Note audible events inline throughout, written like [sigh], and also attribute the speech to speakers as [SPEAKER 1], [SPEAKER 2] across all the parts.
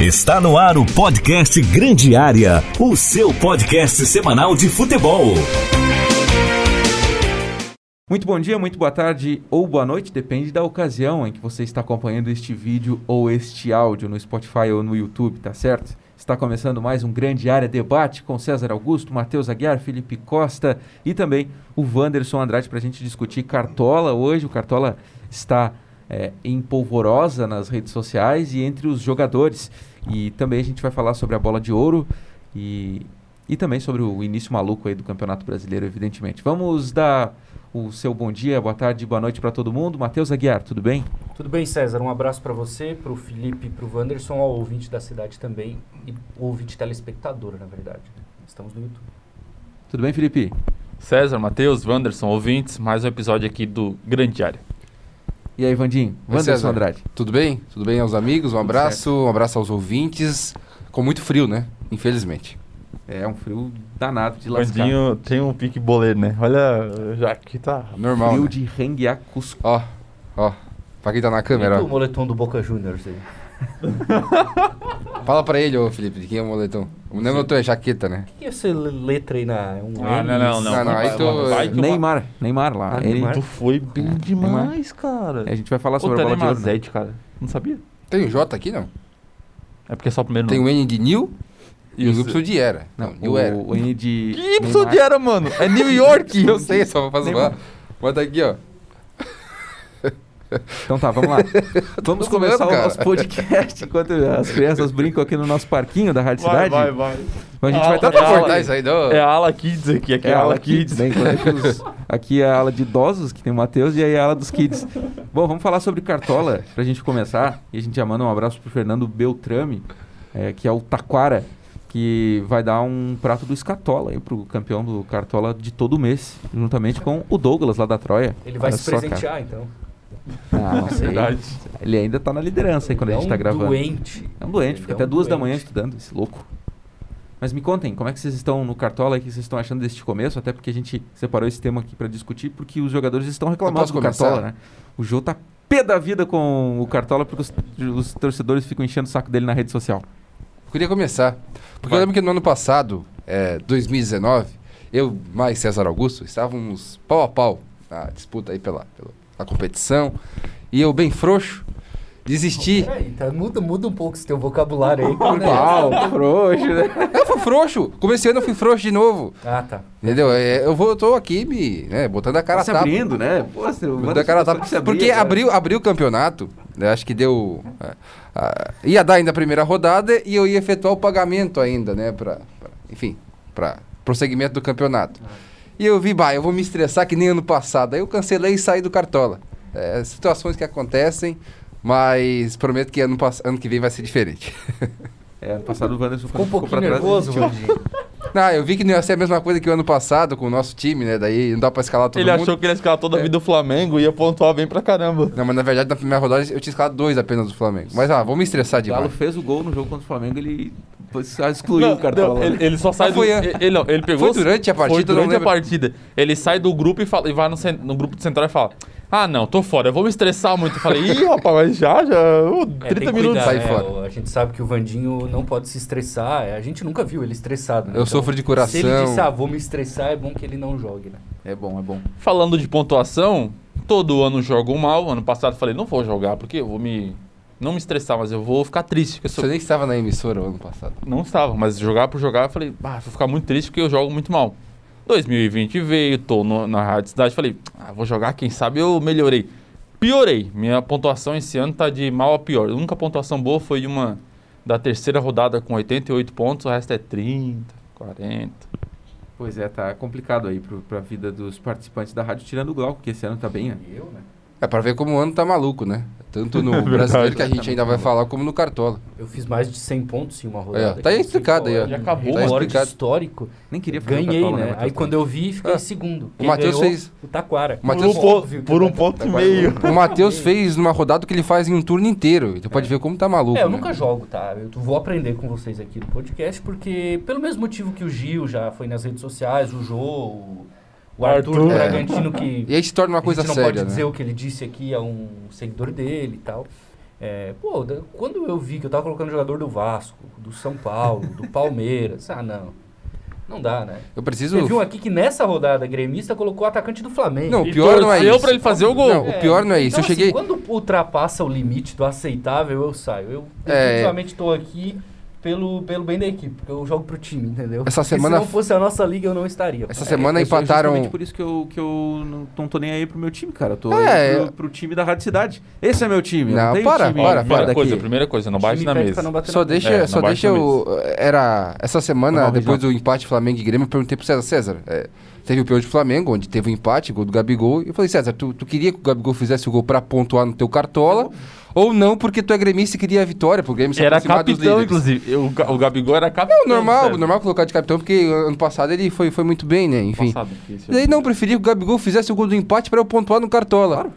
[SPEAKER 1] Está no ar o podcast Grande Área, o seu podcast semanal de futebol.
[SPEAKER 2] Muito bom dia, muito boa tarde ou boa noite, depende da ocasião em que você está acompanhando este vídeo ou este áudio no Spotify ou no YouTube, tá certo? Está começando mais um Grande Área Debate com César Augusto, Matheus Aguiar, Felipe Costa e também o Wanderson Andrade para a gente discutir Cartola hoje. O Cartola está é, em polvorosa nas redes sociais e entre os jogadores. E também a gente vai falar sobre a bola de ouro e, e também sobre o início maluco aí do Campeonato Brasileiro, evidentemente. Vamos dar o seu bom dia, boa tarde, boa noite para todo mundo. Matheus Aguiar, tudo bem?
[SPEAKER 3] Tudo bem, César? Um abraço para você, para o Felipe, para o Wanderson, ao ouvinte da cidade também, e ouvinte telespectador, na verdade. né? Estamos no YouTube.
[SPEAKER 2] Tudo bem, Felipe?
[SPEAKER 4] César, Matheus, Wanderson, ouvintes, mais um episódio aqui do Grande Área.
[SPEAKER 2] E aí, Vandinho?
[SPEAKER 5] Oi,
[SPEAKER 2] Wanderson
[SPEAKER 5] César.
[SPEAKER 2] Andrade.
[SPEAKER 5] Tudo bem? Tudo bem aos amigos? Um abraço, um abraço aos ouvintes. Com muito frio, né? Infelizmente.
[SPEAKER 2] É um frio danado de lascar.
[SPEAKER 4] Bandinho tem um pique boleiro, né? Olha, já aqui tá.
[SPEAKER 5] Normal.
[SPEAKER 2] Frio
[SPEAKER 5] né?
[SPEAKER 2] de renguear cusco.
[SPEAKER 5] Ó, ó. Pra quem tá na
[SPEAKER 3] E
[SPEAKER 5] câmera,
[SPEAKER 3] o moletom do Boca Juniors aí.
[SPEAKER 5] ó. Fala pra ele, ô Felipe, de quem é o moletom. O meu moletom é jaqueta, né?
[SPEAKER 3] O que é essa letra aí na. é Um
[SPEAKER 4] Ah,
[SPEAKER 3] M?
[SPEAKER 4] não, não, não.
[SPEAKER 5] Não, não, aí tu-
[SPEAKER 4] Vai que uma-
[SPEAKER 2] Neymar, Neymar lá.
[SPEAKER 3] Ah,
[SPEAKER 2] Ele-
[SPEAKER 3] Neymar.
[SPEAKER 4] Tu foi bem demais,
[SPEAKER 2] É,
[SPEAKER 4] cara.
[SPEAKER 2] A gente vai falar
[SPEAKER 4] o
[SPEAKER 2] sobre a bola de ouro. né?
[SPEAKER 4] Telemazete, cara. Não sabia?
[SPEAKER 5] Tem o J aqui, não?
[SPEAKER 4] É porque é só o primeiro
[SPEAKER 5] Tem o
[SPEAKER 4] nome.
[SPEAKER 5] N de New e o
[SPEAKER 4] Isso.
[SPEAKER 5] Y de Era. Não, New Era.
[SPEAKER 2] o, o N de.
[SPEAKER 4] [laughs] Que Y
[SPEAKER 2] Neymar.
[SPEAKER 4] de era, mano? É New
[SPEAKER 5] [laughs]
[SPEAKER 4] York!
[SPEAKER 5] Eu sei, só pra fazer uma...
[SPEAKER 2] Neymar.
[SPEAKER 5] Bota aqui, ó.
[SPEAKER 2] Então tá,
[SPEAKER 4] [laughs]
[SPEAKER 2] vamos lá. Vamos
[SPEAKER 5] zoando,
[SPEAKER 2] começar o
[SPEAKER 5] cara.
[SPEAKER 2] nosso podcast enquanto as crianças brincam aqui no nosso parquinho da Rádio Cidade.
[SPEAKER 4] vai.
[SPEAKER 2] Mas A gente vai
[SPEAKER 4] Ah,
[SPEAKER 2] estar
[SPEAKER 4] tá
[SPEAKER 5] Dá pra
[SPEAKER 4] Ala-
[SPEAKER 5] cortar isso aí, não?
[SPEAKER 4] É a Ala Kids aqui, aqui é a Ala Kids.
[SPEAKER 2] Bem, claro que os- [laughs] aqui é a ala de idosos, que tem o Matheus, e aí é a ala dos kids. Bom, vamos falar sobre Cartola, pra gente começar. E a gente já manda um abraço pro Fernando Beltrame, eh, que é o Taquara, que vai dar um prato do Escatola aí pro campeão do Cartola de todo mês, juntamente com o Douglas lá da Troia.
[SPEAKER 3] Ele vai
[SPEAKER 2] Olha
[SPEAKER 3] se
[SPEAKER 2] só, cara.
[SPEAKER 3] presentear, então.
[SPEAKER 2] Ah, não
[SPEAKER 3] [laughs]
[SPEAKER 2] sei.
[SPEAKER 4] Verdade.
[SPEAKER 2] Ele ainda tá na liderança aí quando a
[SPEAKER 3] Ele
[SPEAKER 2] gente
[SPEAKER 3] é
[SPEAKER 2] tá
[SPEAKER 3] um
[SPEAKER 2] gravando.
[SPEAKER 3] Doente.
[SPEAKER 2] É um doente,
[SPEAKER 3] Ele
[SPEAKER 2] fica
[SPEAKER 3] é
[SPEAKER 2] até
[SPEAKER 3] um
[SPEAKER 2] duas da
[SPEAKER 3] doente.
[SPEAKER 2] manhã estudando, esse louco. Mas me contem, como é que vocês estão no Cartola e o que vocês estão achando deste começo? Até porque a gente separou esse tema aqui pra discutir, porque os jogadores estão reclamando
[SPEAKER 5] posso
[SPEAKER 2] do Cartola,
[SPEAKER 5] começar?
[SPEAKER 2] né? O Jô tá pé da vida com o Cartola, porque os, os torcedores ficam enchendo o saco dele na rede social.
[SPEAKER 5] Eu queria começar. Porque
[SPEAKER 4] Vai.
[SPEAKER 5] eu lembro que no ano passado, é, 2019, eu mais César Augusto estávamos pau a pau na disputa aí pela, pela na competição. E eu, bem frouxo, desisti.
[SPEAKER 3] Peraí, tá, muda, muda um pouco esse teu vocabulário aí. né? porque-
[SPEAKER 2] frouxo, né?
[SPEAKER 5] Eu fui frouxo! Comecei ano, eu fui frouxo de novo.
[SPEAKER 3] Ah, tá.
[SPEAKER 5] Entendeu? É, eu, vou, eu tô aqui me, né, botando a cara a
[SPEAKER 2] se
[SPEAKER 5] tapa.
[SPEAKER 2] abrindo, né? Pô, você- o
[SPEAKER 5] Botando
[SPEAKER 2] Wanderson
[SPEAKER 5] a cara a
[SPEAKER 2] tá
[SPEAKER 5] tapa.
[SPEAKER 2] se abrir
[SPEAKER 5] Porque
[SPEAKER 2] agora.
[SPEAKER 5] abriu, abriu o campeonato, né, acho que deu. ah, ah, ia dar ainda a primeira rodada e eu ia efetuar o pagamento ainda, né? Pra, pra- enfim, para prosseguimento do campeonato. E eu vi, bah, eu vou me estressar que nem ano passado. Aí eu cancelei e saí do Cartola. É, situações que acontecem, mas prometo que ano, pass- ano que vem vai ser diferente. [laughs]
[SPEAKER 2] É, ano passado o Wanderson
[SPEAKER 3] Ficou um
[SPEAKER 2] ficou pra
[SPEAKER 3] pouquinho
[SPEAKER 2] trás,
[SPEAKER 3] nervoso,
[SPEAKER 2] ele tinha-
[SPEAKER 3] Vandinho.
[SPEAKER 5] não, Ah, eu vi que não ia ser a mesma coisa que o ano passado com o nosso time, né? Daí não dá pra escalar todo
[SPEAKER 4] Ele
[SPEAKER 5] mundo.
[SPEAKER 4] achou que ele ia escalar toda a vida do Flamengo e ia pontuar bem pra caramba.
[SPEAKER 5] Não, mas na verdade na primeira rodada eu tinha escalado dois apenas do Flamengo. Mas ah, vou me estressar
[SPEAKER 2] O Galo
[SPEAKER 5] demais.
[SPEAKER 2] fez o gol no jogo contra o Flamengo, ele excluiu
[SPEAKER 4] Não,
[SPEAKER 2] o Cartola.
[SPEAKER 4] não,
[SPEAKER 2] né?
[SPEAKER 4] ele, ele só sai
[SPEAKER 5] Ah,
[SPEAKER 4] do.
[SPEAKER 5] foi a-
[SPEAKER 4] Ele, não, ele pegou.
[SPEAKER 5] Foi
[SPEAKER 4] os-
[SPEAKER 5] durante a partida,
[SPEAKER 4] Foi
[SPEAKER 5] eu não
[SPEAKER 4] durante a
[SPEAKER 5] lembro.
[SPEAKER 4] partida. Ele sai do grupo e, fala, e vai no, cen- no grupo de central e fala: Ah, não, tô fora, eu vou me estressar muito. Eu falei: Ih, rapaz, mas já, já. ô,
[SPEAKER 3] É, tem
[SPEAKER 4] 30
[SPEAKER 3] que cuidar,
[SPEAKER 4] minutos.
[SPEAKER 5] sai
[SPEAKER 3] né?
[SPEAKER 5] fora.
[SPEAKER 3] O- A gente sabe que o Vandinho não pode se estressar. é, A gente nunca viu ele estressado. né?
[SPEAKER 5] Eu sofro de
[SPEAKER 3] Se ele
[SPEAKER 5] coração.
[SPEAKER 3] disse, ah, vou me estressar, é bom que ele não jogue, né?
[SPEAKER 5] "Ah,
[SPEAKER 2] É bom, é bom.
[SPEAKER 4] Falando de pontuação, todo ano jogo mal. Ano passado eu falei: Não vou jogar, porque eu vou me. Não me estressar, mas eu vou ficar triste. Porque eu sou-
[SPEAKER 5] Você nem estava na emissora o ano passado.
[SPEAKER 4] Não estava, mas jogar por jogar, eu falei, ah, vou ficar muito triste porque eu jogo muito mal. 2020 veio, tô no- na Rádio Cidade, falei, ah, vou jogar, quem sabe eu melhorei. Piorei, minha pontuação esse ano tá de mal a pior. A única pontuação boa foi de uma da terceira rodada com 88 pontos, o resto é 30, 40.
[SPEAKER 2] Pois é, tá complicado aí pro, pra vida dos participantes da rádio, tirando o Glauco, que esse ano tá bem, né?
[SPEAKER 3] E eu, né?
[SPEAKER 5] É pra ver como o ano tá maluco, né? Tanto [laughs] no brasileiro que a gente ainda vai falar, como no Cartola.
[SPEAKER 3] Eu fiz mais de 100 pontos em uma rodada.
[SPEAKER 5] tá aí
[SPEAKER 3] Não sei
[SPEAKER 5] explicado
[SPEAKER 3] qual
[SPEAKER 5] aí,
[SPEAKER 3] é.
[SPEAKER 5] ó.
[SPEAKER 4] Já acabou
[SPEAKER 5] Tá
[SPEAKER 3] um recorde
[SPEAKER 5] explicado.
[SPEAKER 3] histórico.
[SPEAKER 2] Nem queria fazer o
[SPEAKER 3] Ganhei,
[SPEAKER 2] Cartola,
[SPEAKER 3] né? Aí
[SPEAKER 2] Matheus?
[SPEAKER 3] quando eu vi, fiquei
[SPEAKER 5] Ah.
[SPEAKER 3] segundo.
[SPEAKER 5] O Matheus
[SPEAKER 3] ganhou?
[SPEAKER 5] fez-
[SPEAKER 3] O Taquara.
[SPEAKER 5] O Matheus-
[SPEAKER 3] Por um ponto-
[SPEAKER 4] por um ponto e meio.
[SPEAKER 5] O Matheus fez numa rodada o que ele faz em um turno inteiro. Então pode ver como tá maluco.
[SPEAKER 3] É, eu
[SPEAKER 5] né?
[SPEAKER 3] nunca jogo, tá? Eu vou aprender com vocês aqui no podcast, porque pelo mesmo motivo que o Gil já foi nas redes sociais, o Jô, o, o Arthur,
[SPEAKER 4] Arthur.
[SPEAKER 3] Bragantino, que
[SPEAKER 5] E aí se torna uma
[SPEAKER 3] a
[SPEAKER 5] coisa
[SPEAKER 3] gente não
[SPEAKER 5] séria,
[SPEAKER 3] pode
[SPEAKER 5] né?
[SPEAKER 3] dizer o que ele disse aqui a um seguidor dele e tal. É, pô, da- quando eu vi que eu tava colocando jogador do Vasco, do São Paulo,
[SPEAKER 5] [laughs]
[SPEAKER 3] do Palmeiras, ah, não. Não dá, né?
[SPEAKER 5] Eu preciso.
[SPEAKER 3] Teve um aqui que nessa rodada gremista colocou o atacante do Flamengo.
[SPEAKER 5] Não, o
[SPEAKER 4] E
[SPEAKER 5] pior não é
[SPEAKER 4] torceu
[SPEAKER 5] isso.
[SPEAKER 4] pra ele fazer o gol.
[SPEAKER 5] Não, o pior não é
[SPEAKER 3] Então,
[SPEAKER 5] isso. eu
[SPEAKER 3] assim,
[SPEAKER 5] cheguei.
[SPEAKER 3] quando ultrapassa o limite do aceitável, eu saio. Eu
[SPEAKER 5] É.
[SPEAKER 3] definitivamente tô aqui pelo, pelo bem da equipe, porque eu jogo pro time, entendeu?
[SPEAKER 5] Essa
[SPEAKER 3] Porque
[SPEAKER 5] semana-
[SPEAKER 3] Se não fosse a nossa liga, eu não estaria.
[SPEAKER 5] Essa
[SPEAKER 3] É,
[SPEAKER 5] semana
[SPEAKER 2] eu sou
[SPEAKER 5] empataram.
[SPEAKER 2] justamente por isso que eu, que eu não, não tô nem aí pro meu time, cara. Eu tô
[SPEAKER 5] É,
[SPEAKER 2] aí pro,
[SPEAKER 5] eu-
[SPEAKER 2] pro time da Rádio Cidade. Esse é meu time. eu
[SPEAKER 5] Não,
[SPEAKER 2] tenho
[SPEAKER 5] para,
[SPEAKER 2] time
[SPEAKER 5] para,
[SPEAKER 2] fora
[SPEAKER 5] para.
[SPEAKER 4] Primeira
[SPEAKER 2] daqui.
[SPEAKER 4] coisa, primeira coisa, não bate
[SPEAKER 3] time
[SPEAKER 4] na
[SPEAKER 3] pede pra
[SPEAKER 4] mesa.
[SPEAKER 3] não bater
[SPEAKER 5] Só
[SPEAKER 3] na
[SPEAKER 5] deixa,
[SPEAKER 4] É,
[SPEAKER 5] só
[SPEAKER 4] não baixa
[SPEAKER 5] deixa eu. Era. Essa semana,
[SPEAKER 2] Ronaldo
[SPEAKER 5] depois
[SPEAKER 2] já.
[SPEAKER 5] do empate Flamengo e Grêmio, eu perguntei pro César, César, é, teve o pior de Flamengo, onde teve o empate, gol do Gabigol. E eu falei, César, tu, tu queria que o Gabigol fizesse o gol pra pontuar no teu cartola? Ou não, porque tu é gremista e queria a vitória pro Grêmio se
[SPEAKER 4] Era
[SPEAKER 5] aproximar dos
[SPEAKER 4] capitão,
[SPEAKER 5] líderes?
[SPEAKER 4] inclusive. Eu- O, Ga- o Gabigol era capitão.
[SPEAKER 5] Não, normal,
[SPEAKER 4] sério.
[SPEAKER 5] normal colocar de capitão, porque ano passado ele foi, foi muito bem, né? Enfim.
[SPEAKER 4] Passado, que esse-
[SPEAKER 5] E Daí não, preferia que o Gabigol fizesse o gol do empate pra eu pontuar no cartola.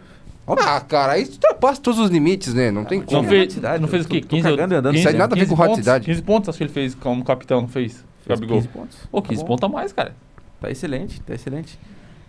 [SPEAKER 2] Óbvio.
[SPEAKER 5] Ah, cara, aí tu ultrapassa todos os limites, né? Não tem
[SPEAKER 4] Não
[SPEAKER 5] como.
[SPEAKER 2] Qual é a
[SPEAKER 4] fez,
[SPEAKER 2] quantidade?
[SPEAKER 4] não fez o
[SPEAKER 2] Eu
[SPEAKER 4] quê?
[SPEAKER 2] tô- tô cagando e andando.
[SPEAKER 5] Isso aí nada a ver com
[SPEAKER 4] pontos,
[SPEAKER 5] rotidade.
[SPEAKER 4] 15 pontos acho que ele fez como capitão, não fez?
[SPEAKER 2] Fez
[SPEAKER 4] Gabigol.
[SPEAKER 2] 15 pontos.
[SPEAKER 4] Ô,
[SPEAKER 2] Tá
[SPEAKER 4] 15
[SPEAKER 2] bom.
[SPEAKER 4] pontos a mais, cara.
[SPEAKER 2] Tá excelente, tá excelente.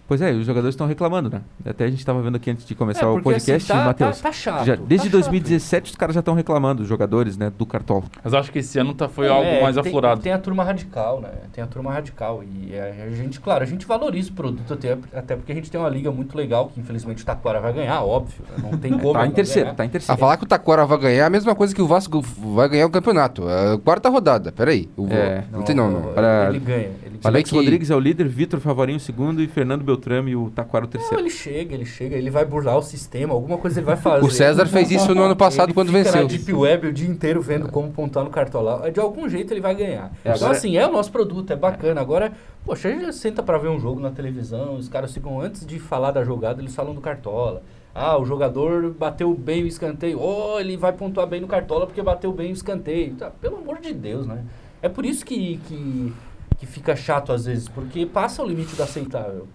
[SPEAKER 2] Pois é, e os jogadores estão reclamando, né? Até a gente tava vendo aqui antes de
[SPEAKER 3] É,
[SPEAKER 2] começar o
[SPEAKER 3] porque,
[SPEAKER 2] podcast,
[SPEAKER 3] assim, tá,
[SPEAKER 2] Matheus.
[SPEAKER 3] Tá, tá chato.
[SPEAKER 2] já- desde
[SPEAKER 3] tá
[SPEAKER 2] 2017 os caras já estão reclamando, os jogadores, né, do cartol.
[SPEAKER 4] Mas eu acho que esse ano tá, foi
[SPEAKER 3] chato.
[SPEAKER 4] algo
[SPEAKER 3] É,
[SPEAKER 4] mais
[SPEAKER 3] tem,
[SPEAKER 4] aflorado.
[SPEAKER 3] Tem a turma radical, né? Tem a turma radical. E é, a, a gente, claro, a gente valoriza o produto, até, até porque a gente tem uma liga muito legal, que infelizmente o Taquara vai ganhar, óbvio. né? Não tem como.
[SPEAKER 2] Tá em
[SPEAKER 3] não
[SPEAKER 2] terceiro,
[SPEAKER 3] ganhar.
[SPEAKER 2] tá em
[SPEAKER 5] A
[SPEAKER 2] terceiro.
[SPEAKER 5] falar que o Taquara vai ganhar é a mesma coisa que o Vasco vai ganhar o campeonato. É, quarta rodada, peraí. Eu vou-
[SPEAKER 2] É,
[SPEAKER 5] não tem não, não.
[SPEAKER 2] Olha-
[SPEAKER 3] Ele ganha. Ele
[SPEAKER 5] Olha
[SPEAKER 3] ganha.
[SPEAKER 2] Alex
[SPEAKER 5] que-
[SPEAKER 2] Rodrigues é o líder, Vitor Favorinho o segundo e Fernando Beltrame e o Taquaro o
[SPEAKER 3] Não,
[SPEAKER 2] terceiro.
[SPEAKER 3] ele chega, ele chega, ele vai burlar o sistema, alguma coisa ele vai fazer.
[SPEAKER 5] O César fez isso no ano passado
[SPEAKER 3] Ele
[SPEAKER 5] quando
[SPEAKER 3] fica
[SPEAKER 5] venceu.
[SPEAKER 3] na Deep Web o dia inteiro vendo como pontuar no cartola. De algum jeito ele vai ganhar.
[SPEAKER 2] É,
[SPEAKER 3] Então,
[SPEAKER 2] agora-
[SPEAKER 3] assim, é o nosso produto, é bacana. Agora, poxa, a gente senta pra ver um jogo na televisão, os caras ficam, antes de falar da jogada, eles falam do cartola. Ah, o jogador bateu bem o escanteio. Oh, ele vai pontuar bem no cartola porque bateu bem o escanteio. Tá, pelo amor de Deus, né? É por isso que, que, que fica chato às vezes, porque passa o limite do aceitável.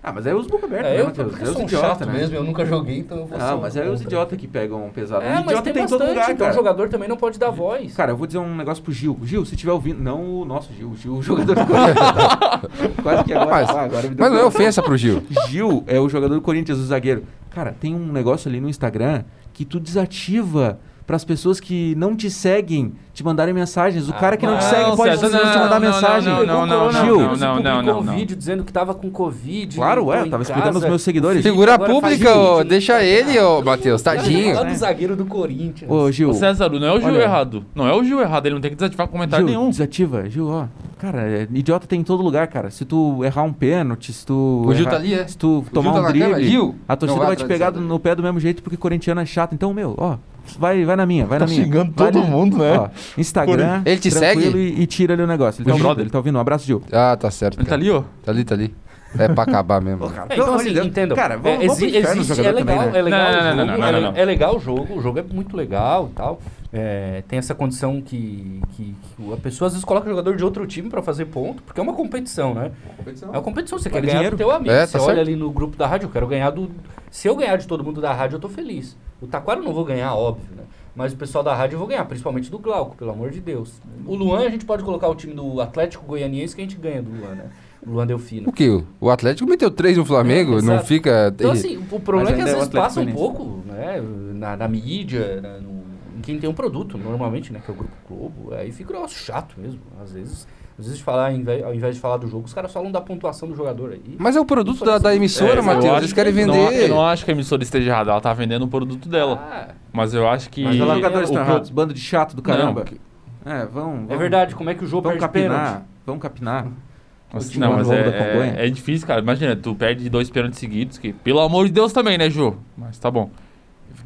[SPEAKER 2] Ah, mas aí é os boca aberta,
[SPEAKER 3] É,
[SPEAKER 2] né,
[SPEAKER 3] eu,
[SPEAKER 2] Matheus?
[SPEAKER 3] porque eu
[SPEAKER 2] É os
[SPEAKER 3] sou um
[SPEAKER 2] idiota,
[SPEAKER 3] chato
[SPEAKER 2] né?
[SPEAKER 3] mesmo, eu nunca joguei, então eu vou ser
[SPEAKER 2] Ah,
[SPEAKER 3] um
[SPEAKER 2] mas é os
[SPEAKER 3] contra.
[SPEAKER 2] idiota que pegam pesado.
[SPEAKER 3] É, mas
[SPEAKER 2] idiota
[SPEAKER 3] tem,
[SPEAKER 2] tem, em todo
[SPEAKER 3] bastante,
[SPEAKER 2] lugar,
[SPEAKER 3] então
[SPEAKER 2] cara.
[SPEAKER 3] o jogador também não pode dar voz.
[SPEAKER 2] Cara, eu vou dizer um negócio pro Gil. Gil, se tiver ouvindo. Não o nosso Gil, o Gil, é o jogador do Corinthians. tá? Quase que agora.
[SPEAKER 5] Mas-
[SPEAKER 2] ah, agora me deu
[SPEAKER 5] Mas não é ofensa pro Gil.
[SPEAKER 2] Gil é o jogador do Corinthians, o zagueiro. Cara, tem um negócio ali no Instagram que tu desativa para as pessoas que não te seguem te mandarem mensagens. O cara que não, te
[SPEAKER 4] não,
[SPEAKER 2] segue pode
[SPEAKER 4] César,
[SPEAKER 2] simplesmente te
[SPEAKER 4] não,
[SPEAKER 2] mandar
[SPEAKER 4] não,
[SPEAKER 2] mensagem.
[SPEAKER 3] Tipo,
[SPEAKER 4] não, não, não,
[SPEAKER 2] Gil,
[SPEAKER 4] não, não.
[SPEAKER 3] publicou
[SPEAKER 4] não.
[SPEAKER 3] um vídeo dizendo que tava com Covid.
[SPEAKER 2] Claro, é, eu tava escutando os meus seguidores.
[SPEAKER 5] Figura
[SPEAKER 3] Agora faz Tá
[SPEAKER 5] pública,
[SPEAKER 3] isso,
[SPEAKER 5] ô,
[SPEAKER 3] gente.
[SPEAKER 5] deixa ele, ô, Matheus,
[SPEAKER 3] Lá
[SPEAKER 5] tadinho.
[SPEAKER 3] do zagueiro do Corinthians.
[SPEAKER 2] Ô, Gil.
[SPEAKER 4] O César, não é o Gil
[SPEAKER 2] Olha.
[SPEAKER 4] errado. Não é o Gil errado, ele não tem que desativar
[SPEAKER 5] tá
[SPEAKER 4] comentário
[SPEAKER 2] Gil,
[SPEAKER 4] nenhum.
[SPEAKER 2] Desativa, Gil, ó. Cara, é, idiota tem em todo lugar, cara. Se tu errar um pênalti, se tu.
[SPEAKER 5] O Gil
[SPEAKER 2] errar-
[SPEAKER 5] tá ali, é?
[SPEAKER 2] Se tu tomar
[SPEAKER 5] Gil tá
[SPEAKER 2] um
[SPEAKER 5] na cama,
[SPEAKER 2] drible,
[SPEAKER 5] Gil?
[SPEAKER 2] a torcida
[SPEAKER 5] Não
[SPEAKER 2] vai
[SPEAKER 5] vai
[SPEAKER 2] te
[SPEAKER 5] atrás
[SPEAKER 2] pegar
[SPEAKER 5] dela.
[SPEAKER 2] no pé do mesmo jeito, porque corintiano é chato. Então, meu, ó, vai, vai na minha, vai na minha.
[SPEAKER 4] Tá xingando
[SPEAKER 2] Vai
[SPEAKER 4] todo
[SPEAKER 2] ali,
[SPEAKER 4] mundo, né?
[SPEAKER 2] ó, Instagram.
[SPEAKER 5] Ele te
[SPEAKER 2] tranquilo
[SPEAKER 5] segue?
[SPEAKER 2] E, e tira ali o negócio. Ele tá,
[SPEAKER 4] Big
[SPEAKER 2] ouvindo,
[SPEAKER 4] Brother.
[SPEAKER 2] ele tá ouvindo. Um abraço, Gil.
[SPEAKER 5] Ah, tá certo.
[SPEAKER 4] Ele tá
[SPEAKER 5] Cara.
[SPEAKER 4] ali, ó.
[SPEAKER 5] Tá ali, tá ali. É pra acabar mesmo.
[SPEAKER 3] É, então, assim, entendam.
[SPEAKER 2] Cara,
[SPEAKER 3] É,
[SPEAKER 2] vamos, vamos pro
[SPEAKER 3] exi-
[SPEAKER 2] inferno
[SPEAKER 3] existe-
[SPEAKER 2] jogador
[SPEAKER 3] é legal,
[SPEAKER 2] também, né?
[SPEAKER 3] é legal
[SPEAKER 4] Não,
[SPEAKER 3] o
[SPEAKER 4] não, não,
[SPEAKER 3] jogo,
[SPEAKER 4] não, não, não, não.
[SPEAKER 3] é, é legal o jogo, o jogo é muito legal e tal. É, tem essa condição que, que, que a pessoa às vezes coloca o jogador de outro time pra fazer ponto, porque é uma competição, né? É uma competição, você quer
[SPEAKER 2] Vale
[SPEAKER 3] ganhar
[SPEAKER 2] dinheiro.
[SPEAKER 3] do teu amigo.
[SPEAKER 5] É, tá
[SPEAKER 3] você
[SPEAKER 5] certo.
[SPEAKER 3] olha ali no grupo da rádio, eu quero ganhar do. Se eu ganhar de todo mundo da rádio, eu tô feliz. O Taquara eu não vou ganhar, óbvio, né? Mas o pessoal da rádio eu vou ganhar, principalmente do Glauco, pelo amor de Deus. O Luan, a gente pode colocar o time do Atlético Goianiense que a gente ganha do Luan, né? O Luan Delfino.
[SPEAKER 5] O que? O Atlético meteu três no Flamengo,
[SPEAKER 3] É,
[SPEAKER 5] não
[SPEAKER 3] exato.
[SPEAKER 5] fica.
[SPEAKER 3] Então, assim, o problema é que
[SPEAKER 2] ainda
[SPEAKER 3] às
[SPEAKER 2] é o
[SPEAKER 3] vezes
[SPEAKER 2] Atlético
[SPEAKER 3] passa um
[SPEAKER 2] Goianiense.
[SPEAKER 3] pouco, né? Na, na mídia, na- no, em quem tem um produto, normalmente, né? Que é o Grupo Globo. Aí fica um negócio chato mesmo. Às vezes, às vezes falar, em vez- ao invés de falar do jogo, os caras falam da pontuação do jogador aí.
[SPEAKER 5] Mas é o produto da, da emissora,
[SPEAKER 4] É, eu
[SPEAKER 5] Matheus.
[SPEAKER 4] acho
[SPEAKER 5] Eles querem
[SPEAKER 4] que- não-
[SPEAKER 5] vender.
[SPEAKER 4] eu não é. acho que a emissora esteja errada, ela tá vendendo o produto dela.
[SPEAKER 3] Ah,
[SPEAKER 4] Mas eu acho que.
[SPEAKER 2] Mas os jogadores
[SPEAKER 4] o
[SPEAKER 2] estão
[SPEAKER 4] pro-
[SPEAKER 2] errados. Bando de chato do caramba. É, vão.
[SPEAKER 3] é
[SPEAKER 2] vão-
[SPEAKER 3] verdade, como é que o jogo
[SPEAKER 2] Vão
[SPEAKER 3] perde pênalti?
[SPEAKER 2] capinar. Vão capinar.
[SPEAKER 4] Assim,
[SPEAKER 2] Último
[SPEAKER 4] não, mas
[SPEAKER 2] gol da
[SPEAKER 4] é-
[SPEAKER 2] Congonha.
[SPEAKER 4] é, é difícil, cara. Imagina, tu perde dois pênaltis seguidos, que pelo amor de Deus também, né, Ju? Mas tá bom.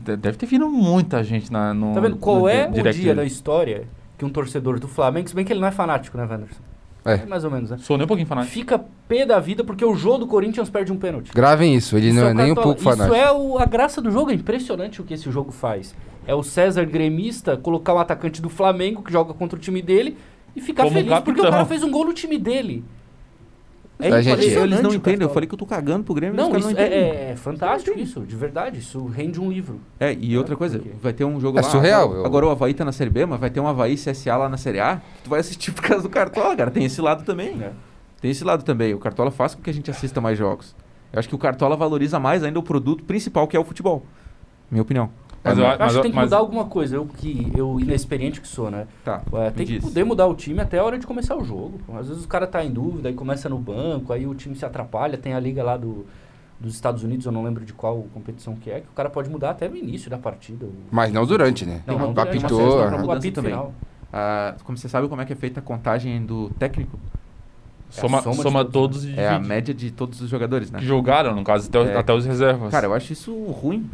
[SPEAKER 4] De- Deve ter vindo muita gente na, no.
[SPEAKER 3] Tá vendo? Qual
[SPEAKER 4] no
[SPEAKER 3] é o
[SPEAKER 4] direct
[SPEAKER 3] dia da
[SPEAKER 4] dele.
[SPEAKER 3] história que um torcedor do Flamengo, se bem que ele não é fanático, né, Wanderson?
[SPEAKER 5] É.
[SPEAKER 3] mais ou menos, né?
[SPEAKER 4] Sou nem um pouquinho fanático.
[SPEAKER 3] Fica pé da vida porque o jogo do Corinthians perde um pênalti.
[SPEAKER 5] Gravem isso, ele
[SPEAKER 3] Isso
[SPEAKER 5] não é
[SPEAKER 3] o
[SPEAKER 5] nem um
[SPEAKER 3] cartola.
[SPEAKER 5] pouco fanático.
[SPEAKER 3] Isso é o- a graça do jogo, é impressionante o que esse jogo faz. É o César gremista colocar um atacante do Flamengo que joga contra o time dele e ficar
[SPEAKER 4] Como
[SPEAKER 3] feliz porque o
[SPEAKER 4] capitão.
[SPEAKER 3] cara fez um gol no time dele. É
[SPEAKER 5] Tá, gente,
[SPEAKER 3] impressionante
[SPEAKER 2] Eles não
[SPEAKER 3] o
[SPEAKER 2] entendem. Eu
[SPEAKER 3] Cartola.
[SPEAKER 2] falei que eu tô cagando pro Grêmio. e os
[SPEAKER 3] Não,
[SPEAKER 2] caras
[SPEAKER 3] isso
[SPEAKER 2] não
[SPEAKER 3] é,
[SPEAKER 2] entendem.
[SPEAKER 3] é- é fantástico isso, de verdade. Isso rende um livro.
[SPEAKER 2] É, e outra coisa,
[SPEAKER 3] Por quê?
[SPEAKER 2] vai ter um jogo
[SPEAKER 5] É
[SPEAKER 2] lá.
[SPEAKER 5] surreal,
[SPEAKER 2] Agora,
[SPEAKER 5] eu-
[SPEAKER 2] agora o Havaí tá na Série B, mas vai ter um Havaí CSA lá na Série A. Que tu vai assistir por causa do Cartola, cara. Tem esse lado também.
[SPEAKER 3] É.
[SPEAKER 2] Tem esse lado também. O Cartola faz com que a gente assista mais jogos. Eu acho que o Cartola valoriza mais ainda o produto principal que é o futebol. Minha opinião.
[SPEAKER 4] Mas,
[SPEAKER 5] É,
[SPEAKER 4] eu,
[SPEAKER 3] Eu
[SPEAKER 4] a-
[SPEAKER 5] mas-
[SPEAKER 3] acho
[SPEAKER 4] mas,
[SPEAKER 3] que
[SPEAKER 4] eu-
[SPEAKER 3] tem que
[SPEAKER 4] mas-
[SPEAKER 3] mudar alguma coisa, eu que eu inexperiente que sou, né?
[SPEAKER 2] Tá,
[SPEAKER 3] Ué,
[SPEAKER 2] me
[SPEAKER 3] tem que
[SPEAKER 2] diz.
[SPEAKER 3] poder mudar o time até a hora de começar o jogo. pô. Às vezes o cara tá em dúvida, aí começa no banco, aí o time se atrapalha, tem a liga lá do, dos Estados Unidos, eu não lembro de qual competição que é, que o cara pode mudar até no início da partida. o-
[SPEAKER 5] Mas não durante, né?
[SPEAKER 3] Não, é
[SPEAKER 2] uma-
[SPEAKER 3] não,
[SPEAKER 2] tem uma
[SPEAKER 5] apitou,
[SPEAKER 2] sugestão pra
[SPEAKER 5] aham.
[SPEAKER 3] O
[SPEAKER 2] mudança
[SPEAKER 3] apito
[SPEAKER 2] também.
[SPEAKER 3] final.
[SPEAKER 2] Ah, como você sabe como é que é feita a contagem do técnico?
[SPEAKER 4] soma,
[SPEAKER 3] soma de
[SPEAKER 4] soma
[SPEAKER 3] todos,
[SPEAKER 4] todos e
[SPEAKER 2] É a
[SPEAKER 4] divide.
[SPEAKER 2] média de todos os jogadores, né?
[SPEAKER 4] que jogaram, no caso, até, o-
[SPEAKER 2] É.
[SPEAKER 4] até os reservas.
[SPEAKER 2] Cara, eu acho isso ruim.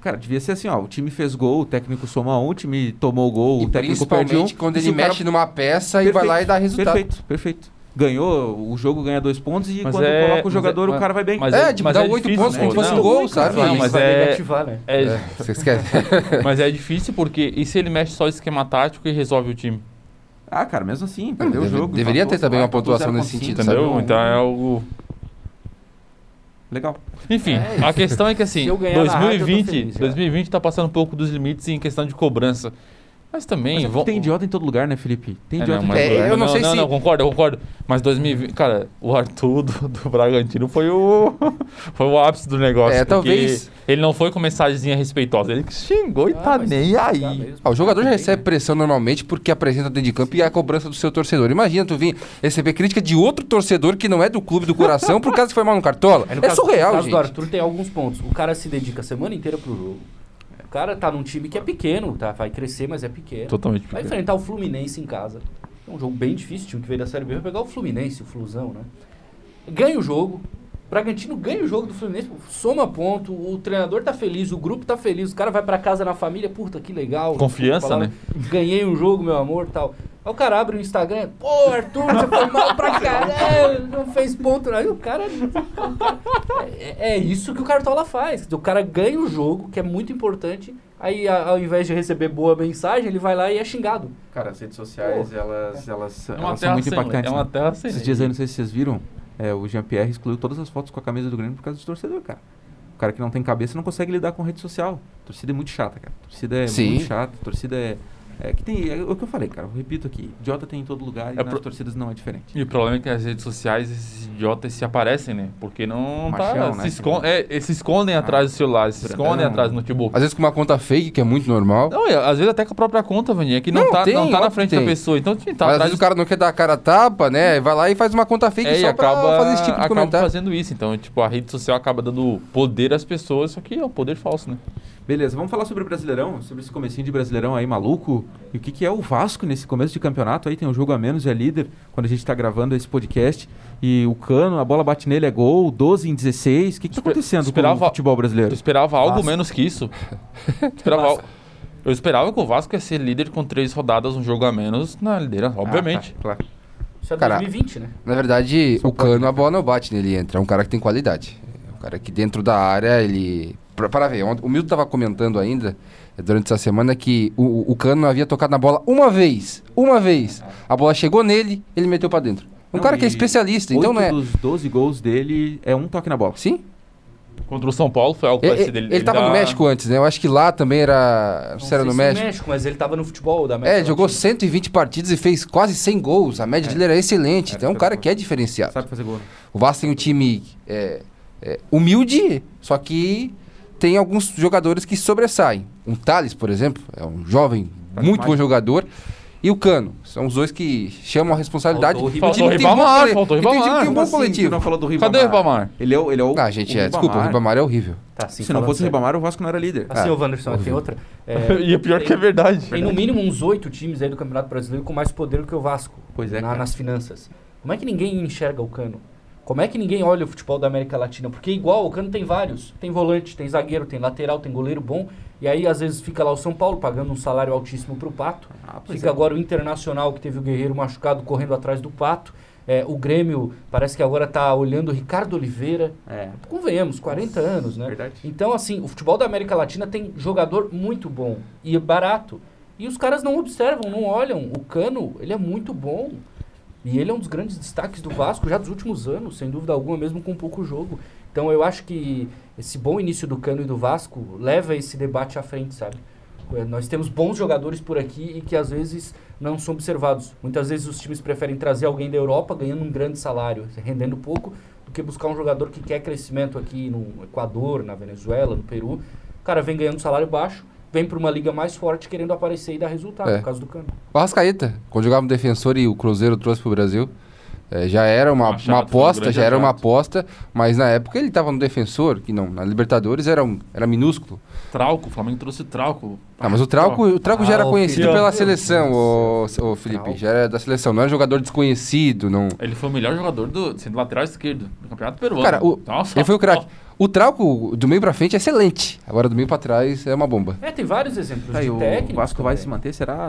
[SPEAKER 2] Cara, devia ser assim, ó. O time fez gol, o técnico soma um, o time tomou gol,
[SPEAKER 5] E
[SPEAKER 2] o técnico perde um.
[SPEAKER 5] principalmente quando
[SPEAKER 2] e se
[SPEAKER 5] ele
[SPEAKER 2] o cara-
[SPEAKER 5] mexe numa peça e vai
[SPEAKER 2] Perfeito,
[SPEAKER 5] lá e dá resultado.
[SPEAKER 2] Perfeito, perfeito. Ganhou, o jogo ganha dois pontos e
[SPEAKER 4] Mas
[SPEAKER 2] quando
[SPEAKER 4] é-
[SPEAKER 2] coloca o
[SPEAKER 4] mas
[SPEAKER 2] jogador,
[SPEAKER 4] é-
[SPEAKER 2] o cara vai bem.
[SPEAKER 4] mas
[SPEAKER 5] É, tipo, dá oito
[SPEAKER 4] difícil,
[SPEAKER 5] pontos como se
[SPEAKER 4] né?
[SPEAKER 5] fosse um
[SPEAKER 4] Não,
[SPEAKER 5] gol, sabe?
[SPEAKER 4] Não,
[SPEAKER 3] Isso
[SPEAKER 4] mas
[SPEAKER 3] vai
[SPEAKER 4] é-
[SPEAKER 3] negativar, né?
[SPEAKER 4] É,
[SPEAKER 5] É, você esquece. [laughs]
[SPEAKER 4] Mas é difícil porque e se ele mexe só o esquema tático e resolve o time?
[SPEAKER 2] Ah, cara, mesmo assim, perdeu
[SPEAKER 5] deve-
[SPEAKER 2] o jogo.
[SPEAKER 5] deveria
[SPEAKER 2] empatou,
[SPEAKER 5] ter também uma
[SPEAKER 2] empatou
[SPEAKER 5] pontuação
[SPEAKER 2] 0,5,
[SPEAKER 5] nesse sentido,
[SPEAKER 2] sabe?
[SPEAKER 4] Entendeu?
[SPEAKER 5] um-
[SPEAKER 4] Então é algo.
[SPEAKER 2] Legal.
[SPEAKER 4] Enfim, a questão é que assim,
[SPEAKER 3] Se eu ganhar na rádio, eu tô
[SPEAKER 4] 2020,
[SPEAKER 3] feliz, já.
[SPEAKER 4] 2020 tá passando um pouco dos limites em questão de cobrança. Mas também.
[SPEAKER 2] Mas é porque
[SPEAKER 4] vão-
[SPEAKER 2] tem idiota em todo lugar, né, Felipe? Tem
[SPEAKER 4] É,
[SPEAKER 2] idiota
[SPEAKER 4] não,
[SPEAKER 2] em
[SPEAKER 4] mas-
[SPEAKER 5] É,
[SPEAKER 2] todo
[SPEAKER 5] eu
[SPEAKER 2] lugar.
[SPEAKER 5] não sei
[SPEAKER 4] não,
[SPEAKER 5] se-
[SPEAKER 4] Não, concordo, eu concordo. Mas 2020. Cara, o Arthur do, do Bragantino foi o. [laughs] Foi o ápice do negócio.
[SPEAKER 5] É,
[SPEAKER 4] porque
[SPEAKER 5] talvez-
[SPEAKER 4] Ele não foi com mensagenzinha respeitosa. Ele que xingou e tá
[SPEAKER 3] mas
[SPEAKER 4] nem
[SPEAKER 3] tá
[SPEAKER 4] aí.
[SPEAKER 3] mesmo.
[SPEAKER 5] Ah, o jogador já
[SPEAKER 3] Também,
[SPEAKER 5] recebe
[SPEAKER 3] né?
[SPEAKER 5] pressão normalmente porque apresenta dentro de campo e a cobrança do seu torcedor. Imagina tu vir receber crítica de outro torcedor que não é do clube do coração por causa que foi mal
[SPEAKER 3] [laughs]
[SPEAKER 5] no cartola.
[SPEAKER 3] no
[SPEAKER 5] É
[SPEAKER 3] caso- No
[SPEAKER 5] surreal,
[SPEAKER 3] caso do
[SPEAKER 5] gente.
[SPEAKER 3] Arthur tem alguns pontos. O cara se dedica a semana inteira pro jogo. O cara tá num time que é pequeno, tá? Vai crescer, mas é pequeno.
[SPEAKER 4] Totalmente.
[SPEAKER 3] Vai enfrentar o Fluminense em casa. É um jogo bem difícil, o time que veio da Série B vai pegar o Fluminense, o Flusão, né? Ganha o jogo. O Bragantino ganha o jogo do Fluminense, soma ponto, o treinador tá feliz, o grupo tá feliz, o cara vai pra casa na família, puta, que legal.
[SPEAKER 4] Confiança,
[SPEAKER 3] desculpa a palavra, Ganhei um jogo, meu amor, tal. Aí o cara abre o Instagram, pô, Arthur, você foi mal pra caralho, não fez ponto. Aí o cara é, é isso que o Cartola faz. O cara ganha o jogo, que é muito importante. Aí, a- ao invés de receber boa mensagem, ele vai lá e é xingado.
[SPEAKER 2] Cara, as redes sociais, elas, elas,
[SPEAKER 4] É uma
[SPEAKER 2] elas são
[SPEAKER 4] terra
[SPEAKER 2] muito
[SPEAKER 4] sem
[SPEAKER 2] impactantes.
[SPEAKER 4] É uma
[SPEAKER 2] né?
[SPEAKER 4] terra sem
[SPEAKER 2] Esses dias aí, não sei se vocês viram, é, o Jean-Pierre excluiu todas as fotos com a camisa do Grêmio por causa do torcedor, cara. O cara que não tem cabeça não consegue lidar com rede social. torcida é muito chata, cara. torcida é
[SPEAKER 5] Sim.
[SPEAKER 2] muito chata. torcida é... é que tem, é o que eu falei, cara. Eu repito aqui. Idiota tem em todo lugar e
[SPEAKER 4] É
[SPEAKER 2] nas
[SPEAKER 4] pro-
[SPEAKER 2] torcidas não é diferente.
[SPEAKER 4] E o problema é que nas redes sociais esses idiotas se aparecem, né? Porque não tá,
[SPEAKER 2] Machão,
[SPEAKER 4] se,
[SPEAKER 2] né?
[SPEAKER 4] escon- é, eles se escondem atrás do celular, eles se
[SPEAKER 2] Brandão.
[SPEAKER 4] escondem atrás do notebook.
[SPEAKER 5] Às vezes com uma conta fake, que é muito normal.
[SPEAKER 4] Não, e às vezes até com a própria conta, Vaninha, que não,
[SPEAKER 5] Não,
[SPEAKER 4] tá,
[SPEAKER 5] tem,
[SPEAKER 4] não tá na
[SPEAKER 5] óbvio
[SPEAKER 4] frente
[SPEAKER 5] que
[SPEAKER 4] da
[SPEAKER 5] tem.
[SPEAKER 4] pessoa. Então, enfim, tá
[SPEAKER 5] Às
[SPEAKER 4] atrás
[SPEAKER 5] vezes o cara não quer dar a cara a tapa, né? Vai lá e faz uma conta fake
[SPEAKER 4] é, e
[SPEAKER 5] só pra
[SPEAKER 4] acaba,
[SPEAKER 5] fazer esse tipo de
[SPEAKER 4] acaba
[SPEAKER 5] comentário.
[SPEAKER 4] fazendo isso. Então, tipo, a rede social acaba dando poder às pessoas, só que é um poder falso, né?
[SPEAKER 2] Beleza, vamos falar sobre o Brasileirão, sobre esse comecinho de Brasileirão aí maluco. E o que, que é o Vasco nesse começo de campeonato aí? Tem um jogo a menos, é líder, quando a gente tá gravando esse podcast. E o Cano, a bola bate nele, é gol, 12 em 16. O que, que tá
[SPEAKER 4] Espe-
[SPEAKER 2] acontecendo com
[SPEAKER 4] esperava-
[SPEAKER 2] o futebol
[SPEAKER 4] Eu
[SPEAKER 2] brasileiro?
[SPEAKER 4] esperava algo
[SPEAKER 2] Vasco.
[SPEAKER 4] menos que
[SPEAKER 5] [laughs]
[SPEAKER 4] isso. esperava al- Eu esperava que o Vasco ia ser líder com três rodadas, um jogo a menos na liderança, obviamente.
[SPEAKER 2] Ah, tá, claro.
[SPEAKER 3] Isso é
[SPEAKER 5] Cara,
[SPEAKER 3] 2020, né?
[SPEAKER 5] Na verdade, o Cano, a bola não bate nele, entra. É um cara que tem qualidade. É um cara que dentro da área, ele... Pra, para ver, ontem- o Milton estava comentando ainda, eh, durante essa semana, que o, o Cano havia tocado na bola uma vez. Uma vez. A bola chegou nele, ele meteu pra dentro. Um
[SPEAKER 2] Não,
[SPEAKER 5] cara que é
[SPEAKER 2] e
[SPEAKER 5] especialista, então
[SPEAKER 2] oito
[SPEAKER 5] não é...
[SPEAKER 2] dos 12 gols dele é um toque na bola.
[SPEAKER 5] Sim?
[SPEAKER 4] Contra o São Paulo foi algo
[SPEAKER 5] Ele,
[SPEAKER 4] parecido.
[SPEAKER 5] ele, tava no
[SPEAKER 4] dá-
[SPEAKER 5] México antes, né? Eu acho que lá também era... Não se era
[SPEAKER 3] sei
[SPEAKER 5] no
[SPEAKER 3] se
[SPEAKER 5] México.
[SPEAKER 3] mas ele tava no futebol da América
[SPEAKER 5] É, jogou
[SPEAKER 3] Latina.
[SPEAKER 5] 120 partidas e fez quase 100 gols. A média dele era excelente.
[SPEAKER 2] Era
[SPEAKER 5] então é um cara
[SPEAKER 2] espetacular.
[SPEAKER 5] que é diferenciado.
[SPEAKER 2] Sabe fazer gol. né?
[SPEAKER 5] O Vasco tem um time é, é, humilde, só que tem alguns jogadores que sobressaem. Um Thales, por exemplo, é um jovem, muito bom
[SPEAKER 2] Maia.
[SPEAKER 5] jogador. E o Cano. São os dois que chamam a responsabilidade.
[SPEAKER 3] Faltou o
[SPEAKER 5] o time
[SPEAKER 4] Ribamar.
[SPEAKER 5] que tem um bom
[SPEAKER 4] Faltou o Ribamar,
[SPEAKER 5] cole- e tem um time que
[SPEAKER 4] faltou
[SPEAKER 5] tem um bom
[SPEAKER 2] Como assim tu
[SPEAKER 5] coletivo.
[SPEAKER 2] não falou do Ribamar.
[SPEAKER 4] Cadê o Ribamar?
[SPEAKER 2] Ele é o. Ele é o
[SPEAKER 5] Ah, gente, é, desculpa, o Ribamar é horrível.
[SPEAKER 3] Tá, sim,
[SPEAKER 2] Se não
[SPEAKER 3] falando
[SPEAKER 2] fosse o
[SPEAKER 3] sério.
[SPEAKER 2] Ribamar, o Vasco não era líder.
[SPEAKER 5] Ah,
[SPEAKER 3] Assim, ô Wanderson, tem outra. É,
[SPEAKER 4] [laughs] e é pior que é verdade.
[SPEAKER 3] tem no mínimo uns oito times aí do Campeonato Brasileiro com mais poder do que o Vasco.
[SPEAKER 2] Pois é,
[SPEAKER 3] na-
[SPEAKER 2] cara.
[SPEAKER 3] nas finanças. Como é que ninguém enxerga o Cano? Como é que ninguém olha o futebol da América Latina? Porque igual, o Cano tem vários. Tem volante, tem zagueiro, tem lateral, tem goleiro bom. E aí, às vezes, fica lá o São Paulo pagando um salário altíssimo pro Pato.
[SPEAKER 2] Ah, pois
[SPEAKER 3] Fica
[SPEAKER 2] é.
[SPEAKER 3] agora o Internacional, que teve o Guerreiro machucado, correndo atrás do Pato. É, o Grêmio parece que agora tá olhando o Ricardo Oliveira.
[SPEAKER 2] É.
[SPEAKER 3] Convenhamos, 40 anos, né?
[SPEAKER 2] verdade.
[SPEAKER 3] Então, assim, o futebol da América Latina tem jogador muito bom e barato. E os caras não observam, não olham. O Cano, ele é muito bom. E ele é um dos grandes destaques do Vasco já dos últimos anos, sem dúvida alguma, mesmo com pouco jogo. Então eu acho que esse bom início do Cano e do Vasco leva esse debate à frente, sabe? É, Nós temos bons jogadores por aqui e que às vezes não são observados. Muitas vezes os times preferem trazer alguém da Europa ganhando um grande salário, rendendo pouco, do que buscar um jogador que quer crescimento aqui no Equador, na Venezuela, no Peru. O cara vem ganhando um salário baixo, vem para uma liga mais forte querendo aparecer e dar resultado,
[SPEAKER 5] É.
[SPEAKER 3] por causa do Cano.
[SPEAKER 5] O Arrascaeta, quando jogava no defensor e o Cruzeiro trouxe pro Brasil, eh, já era uma,
[SPEAKER 4] Machado
[SPEAKER 5] uma
[SPEAKER 4] foi um
[SPEAKER 5] aposta,
[SPEAKER 4] grande
[SPEAKER 5] já era uma
[SPEAKER 4] achado.
[SPEAKER 5] aposta, mas na época ele tava no defensor, que não, na Libertadores era, um, era minúsculo.
[SPEAKER 4] Trauco, o Flamengo trouxe Trauco.
[SPEAKER 5] Ah, mas o Trauco, o Trauco
[SPEAKER 3] Ah,
[SPEAKER 5] já era
[SPEAKER 3] o
[SPEAKER 5] conhecido
[SPEAKER 4] Filipão.
[SPEAKER 5] pela
[SPEAKER 4] Meu
[SPEAKER 5] seleção, o, o Felipe.
[SPEAKER 3] Trauco.
[SPEAKER 5] Já era da seleção, não era jogador desconhecido, não.
[SPEAKER 4] Ele foi o melhor jogador do sendo lateral esquerdo do Campeonato Peruano.
[SPEAKER 5] Cara, o-
[SPEAKER 4] É, Nossa,
[SPEAKER 5] ele foi o craque.
[SPEAKER 4] ó,
[SPEAKER 5] O Trauco, do meio pra frente, é excelente. Agora, do meio pra trás, é uma bomba.
[SPEAKER 3] É, tem vários exemplos
[SPEAKER 2] Tá, e
[SPEAKER 3] de
[SPEAKER 2] o
[SPEAKER 3] técnicos.
[SPEAKER 2] Vasco vai
[SPEAKER 3] também.
[SPEAKER 2] se manter,
[SPEAKER 5] [laughs]
[SPEAKER 2] será?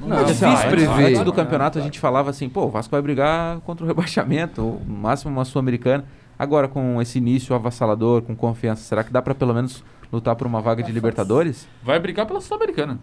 [SPEAKER 2] Não,
[SPEAKER 4] Não,
[SPEAKER 5] é difícil
[SPEAKER 2] antes-
[SPEAKER 5] prever.
[SPEAKER 2] Antes do campeonato a gente falava assim, pô, o Vasco vai brigar contra o [laughs] rebaixamento, ou, no máximo uma sul-americana. Agora com esse início avassalador, com confiança, será que dá pra pelo menos lutar por uma vaga de Libertadores?
[SPEAKER 4] Vai brigar pela Sul-Americana.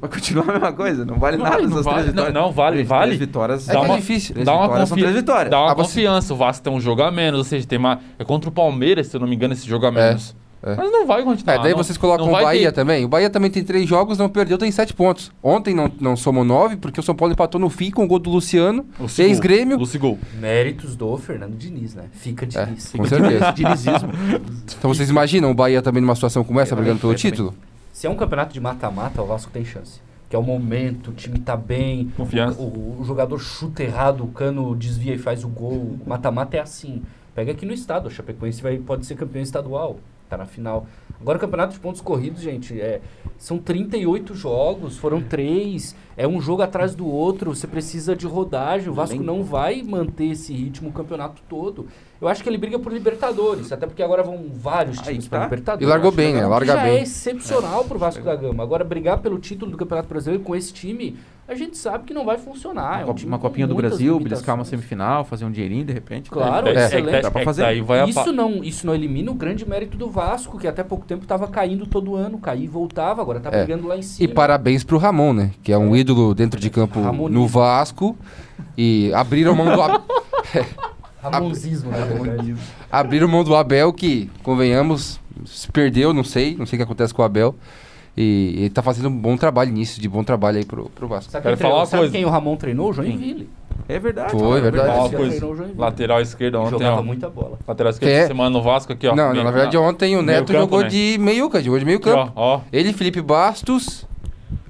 [SPEAKER 2] Vai continuar a mesma coisa, não vale
[SPEAKER 4] Não,
[SPEAKER 2] nada
[SPEAKER 4] não
[SPEAKER 2] essas
[SPEAKER 4] vale,
[SPEAKER 2] três vitórias.
[SPEAKER 4] não, não, vale,
[SPEAKER 2] Três-
[SPEAKER 4] vale.
[SPEAKER 2] Três vitórias.
[SPEAKER 5] É, que
[SPEAKER 4] dá uma,
[SPEAKER 5] é difícil.
[SPEAKER 4] Dá uma,
[SPEAKER 2] vitórias são
[SPEAKER 4] confi-
[SPEAKER 2] três vitórias.
[SPEAKER 4] Dá uma
[SPEAKER 5] Ah, você-
[SPEAKER 4] confiança. O Vasco tem um jogo a menos, ou seja, tem uma. É contra o Palmeiras, se eu não me engano, esse jogo a menos.
[SPEAKER 5] é.
[SPEAKER 4] Mas não vai continuar.
[SPEAKER 5] É, daí
[SPEAKER 4] não-
[SPEAKER 5] vocês colocam
[SPEAKER 4] não
[SPEAKER 5] o
[SPEAKER 4] vai
[SPEAKER 5] Bahia
[SPEAKER 4] ter-
[SPEAKER 5] também. O Bahia também tem três jogos, não perdeu, tem sete pontos. Ontem não, não somou nove, porque o São Paulo empatou no fim com o gol do Luciano.
[SPEAKER 4] O Sigol,
[SPEAKER 5] Fez Grêmio.
[SPEAKER 4] Lucigo.
[SPEAKER 3] Méritos do Fernando Diniz, né? Fica Diniz.
[SPEAKER 5] É, Com
[SPEAKER 3] [laughs]
[SPEAKER 5] certeza. [laughs]
[SPEAKER 2] Dinizismo.
[SPEAKER 5] Então vocês imaginam o Bahia também numa situação como essa,
[SPEAKER 2] Eu
[SPEAKER 5] brigando pelo
[SPEAKER 2] também, eu
[SPEAKER 5] título?
[SPEAKER 3] Se é um campeonato de mata-mata, o Vasco tem chance. Que é o momento, o time tá bem,
[SPEAKER 4] Confiança.
[SPEAKER 3] O, o- o jogador chuta errado, o cano desvia e faz o gol. O mata-mata é assim. Pega aqui no estado, a Chapecoense vai, pode ser campeão estadual. Tá na final. Agora, o campeonato de pontos corridos, gente, é, são 38 jogos, foram três, é um jogo atrás do outro, você precisa de rodagem. O Vasco não vai manter esse ritmo o campeonato todo. Eu acho que ele briga por Libertadores, até porque agora vão vários
[SPEAKER 2] Aí
[SPEAKER 3] times
[SPEAKER 2] que
[SPEAKER 3] pra
[SPEAKER 2] tá.
[SPEAKER 5] E
[SPEAKER 3] Libertadores.
[SPEAKER 5] largou
[SPEAKER 3] Acho
[SPEAKER 5] bem, né?
[SPEAKER 3] legal.
[SPEAKER 5] Larga
[SPEAKER 3] Já
[SPEAKER 5] bem.
[SPEAKER 3] é excepcional pro Vasco da Gama. Agora, brigar pelo título do Campeonato Brasileiro com esse time, a gente sabe que não vai funcionar. É um
[SPEAKER 2] Uma
[SPEAKER 3] time
[SPEAKER 2] uma
[SPEAKER 3] com
[SPEAKER 2] copinha do
[SPEAKER 3] muitas
[SPEAKER 2] Brasil,
[SPEAKER 3] limitações.
[SPEAKER 2] beliscar uma semifinal, fazer um dinheirinho de repente.
[SPEAKER 3] Claro,
[SPEAKER 4] é, é,
[SPEAKER 3] excelente.
[SPEAKER 4] é,
[SPEAKER 2] Dá pra
[SPEAKER 4] é,
[SPEAKER 2] fazer.
[SPEAKER 4] Daí vai a pa-
[SPEAKER 3] Isso não, isso não elimina o grande mérito do Vasco, que até pouco tempo estava caindo todo ano, caía e voltava, agora tá
[SPEAKER 5] É.
[SPEAKER 3] brigando lá em
[SPEAKER 5] E
[SPEAKER 3] cima.
[SPEAKER 5] parabéns pro Ramon, né? Que é um ídolo dentro de campo
[SPEAKER 3] Ramonismo.
[SPEAKER 5] no Vasco. E abriram
[SPEAKER 4] [laughs]
[SPEAKER 5] mão do, Ab-
[SPEAKER 3] Ramonzismo, né?
[SPEAKER 5] abriram mão do Abel, que, convenhamos, se perdeu, não sei. Não sei o que acontece com o Abel. E ele tá fazendo um bom trabalho, início de bom trabalho aí pro, pro Vasco.
[SPEAKER 3] Sabe,
[SPEAKER 4] Quero
[SPEAKER 3] quem,
[SPEAKER 4] falar
[SPEAKER 3] treinou,
[SPEAKER 4] uma
[SPEAKER 3] sabe
[SPEAKER 4] coisa.
[SPEAKER 3] quem o Ramon treinou? O Joinville.
[SPEAKER 2] É verdade. cara,
[SPEAKER 5] Foi, verdade.
[SPEAKER 4] Falar uma
[SPEAKER 3] Já
[SPEAKER 4] coisa. um
[SPEAKER 3] treinou o Joinville.
[SPEAKER 4] Lateral esquerda ontem,
[SPEAKER 3] Jogava
[SPEAKER 4] ó.
[SPEAKER 3] muita bola.
[SPEAKER 4] Lateral esquerda
[SPEAKER 5] Que é-
[SPEAKER 4] essa semana no Vasco aqui, ó.
[SPEAKER 5] não, não,
[SPEAKER 4] Meio-
[SPEAKER 5] na verdade ontem o
[SPEAKER 4] Meio
[SPEAKER 5] Neto
[SPEAKER 4] campo,
[SPEAKER 5] jogou
[SPEAKER 4] né?
[SPEAKER 5] de meio, cara, jogou de meio
[SPEAKER 4] Aqui,
[SPEAKER 5] campo.
[SPEAKER 4] ó, ó.
[SPEAKER 5] Ele, Felipe Bastos.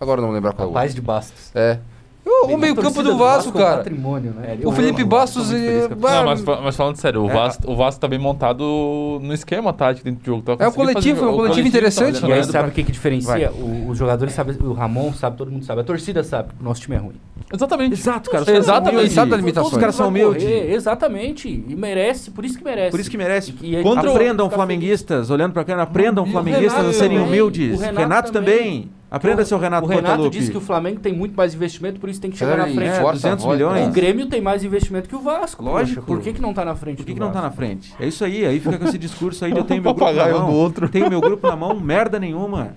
[SPEAKER 5] Agora eu não vou lembrar qual é o outro.
[SPEAKER 3] Paz de Bastos.
[SPEAKER 5] É. O, o meio
[SPEAKER 3] A
[SPEAKER 5] campo
[SPEAKER 3] torcida
[SPEAKER 5] do
[SPEAKER 3] é
[SPEAKER 5] Vasco,
[SPEAKER 3] um
[SPEAKER 5] cara.
[SPEAKER 3] patrimônio, né?
[SPEAKER 5] O Felipe Bastos. É,
[SPEAKER 4] Não, mas, fa- mas falando sério, o
[SPEAKER 2] É,
[SPEAKER 4] Vasco, o Vasco tá bem montado no esquema tático dentro do jogo. Tá
[SPEAKER 5] É um
[SPEAKER 4] conseguindo fazer
[SPEAKER 5] coletivo,
[SPEAKER 4] jogo.
[SPEAKER 5] é um
[SPEAKER 4] O
[SPEAKER 5] coletivo interessante. né?
[SPEAKER 4] tá
[SPEAKER 3] E aí
[SPEAKER 4] olhando pra-
[SPEAKER 3] sabe o que, que diferencia? O- os jogadores sabem, o Ramon sabe, todo mundo sabe, a torcida sabe que o nosso time é ruim.
[SPEAKER 4] Exatamente.
[SPEAKER 2] Exato, cara. os caras são
[SPEAKER 5] Exatamente,
[SPEAKER 2] humildes.
[SPEAKER 5] sabe das
[SPEAKER 3] Todos
[SPEAKER 5] limitações.
[SPEAKER 2] Os caras são
[SPEAKER 3] vai correr,
[SPEAKER 2] humildes.
[SPEAKER 3] Exatamente. E merece, por isso que merece.
[SPEAKER 2] Por isso que merece.
[SPEAKER 3] E- e-
[SPEAKER 4] Contra o-
[SPEAKER 2] aprendam
[SPEAKER 3] fica
[SPEAKER 2] flamenguistas, olhando pra câmera, aprendam
[SPEAKER 3] E o
[SPEAKER 2] flamenguistas a
[SPEAKER 3] Renato
[SPEAKER 2] serem
[SPEAKER 3] também,
[SPEAKER 2] humildes.
[SPEAKER 3] o
[SPEAKER 2] Renato,
[SPEAKER 3] Renato
[SPEAKER 2] também.
[SPEAKER 3] também.
[SPEAKER 2] Aprenda seu Renato
[SPEAKER 3] o Renato
[SPEAKER 2] Portaluppi.
[SPEAKER 3] disse que o Flamengo tem muito mais investimento, por isso tem que chegar na
[SPEAKER 5] Ei,
[SPEAKER 3] frente.
[SPEAKER 2] É,
[SPEAKER 5] força,
[SPEAKER 2] 200
[SPEAKER 5] voz,
[SPEAKER 2] milhões.
[SPEAKER 5] cara.
[SPEAKER 3] O Grêmio tem mais investimento que o Vasco.
[SPEAKER 2] Lógico.
[SPEAKER 3] poxa. Por que, que não tá na frente
[SPEAKER 2] Por que,
[SPEAKER 3] do
[SPEAKER 2] que não tá na
[SPEAKER 3] Vasco?
[SPEAKER 2] frente? É isso aí, aí fica com esse discurso aí de eu tenho meu grupo na
[SPEAKER 4] Papagaio
[SPEAKER 2] mão.
[SPEAKER 4] do outro.
[SPEAKER 2] Tenho meu grupo na mão, merda nenhuma.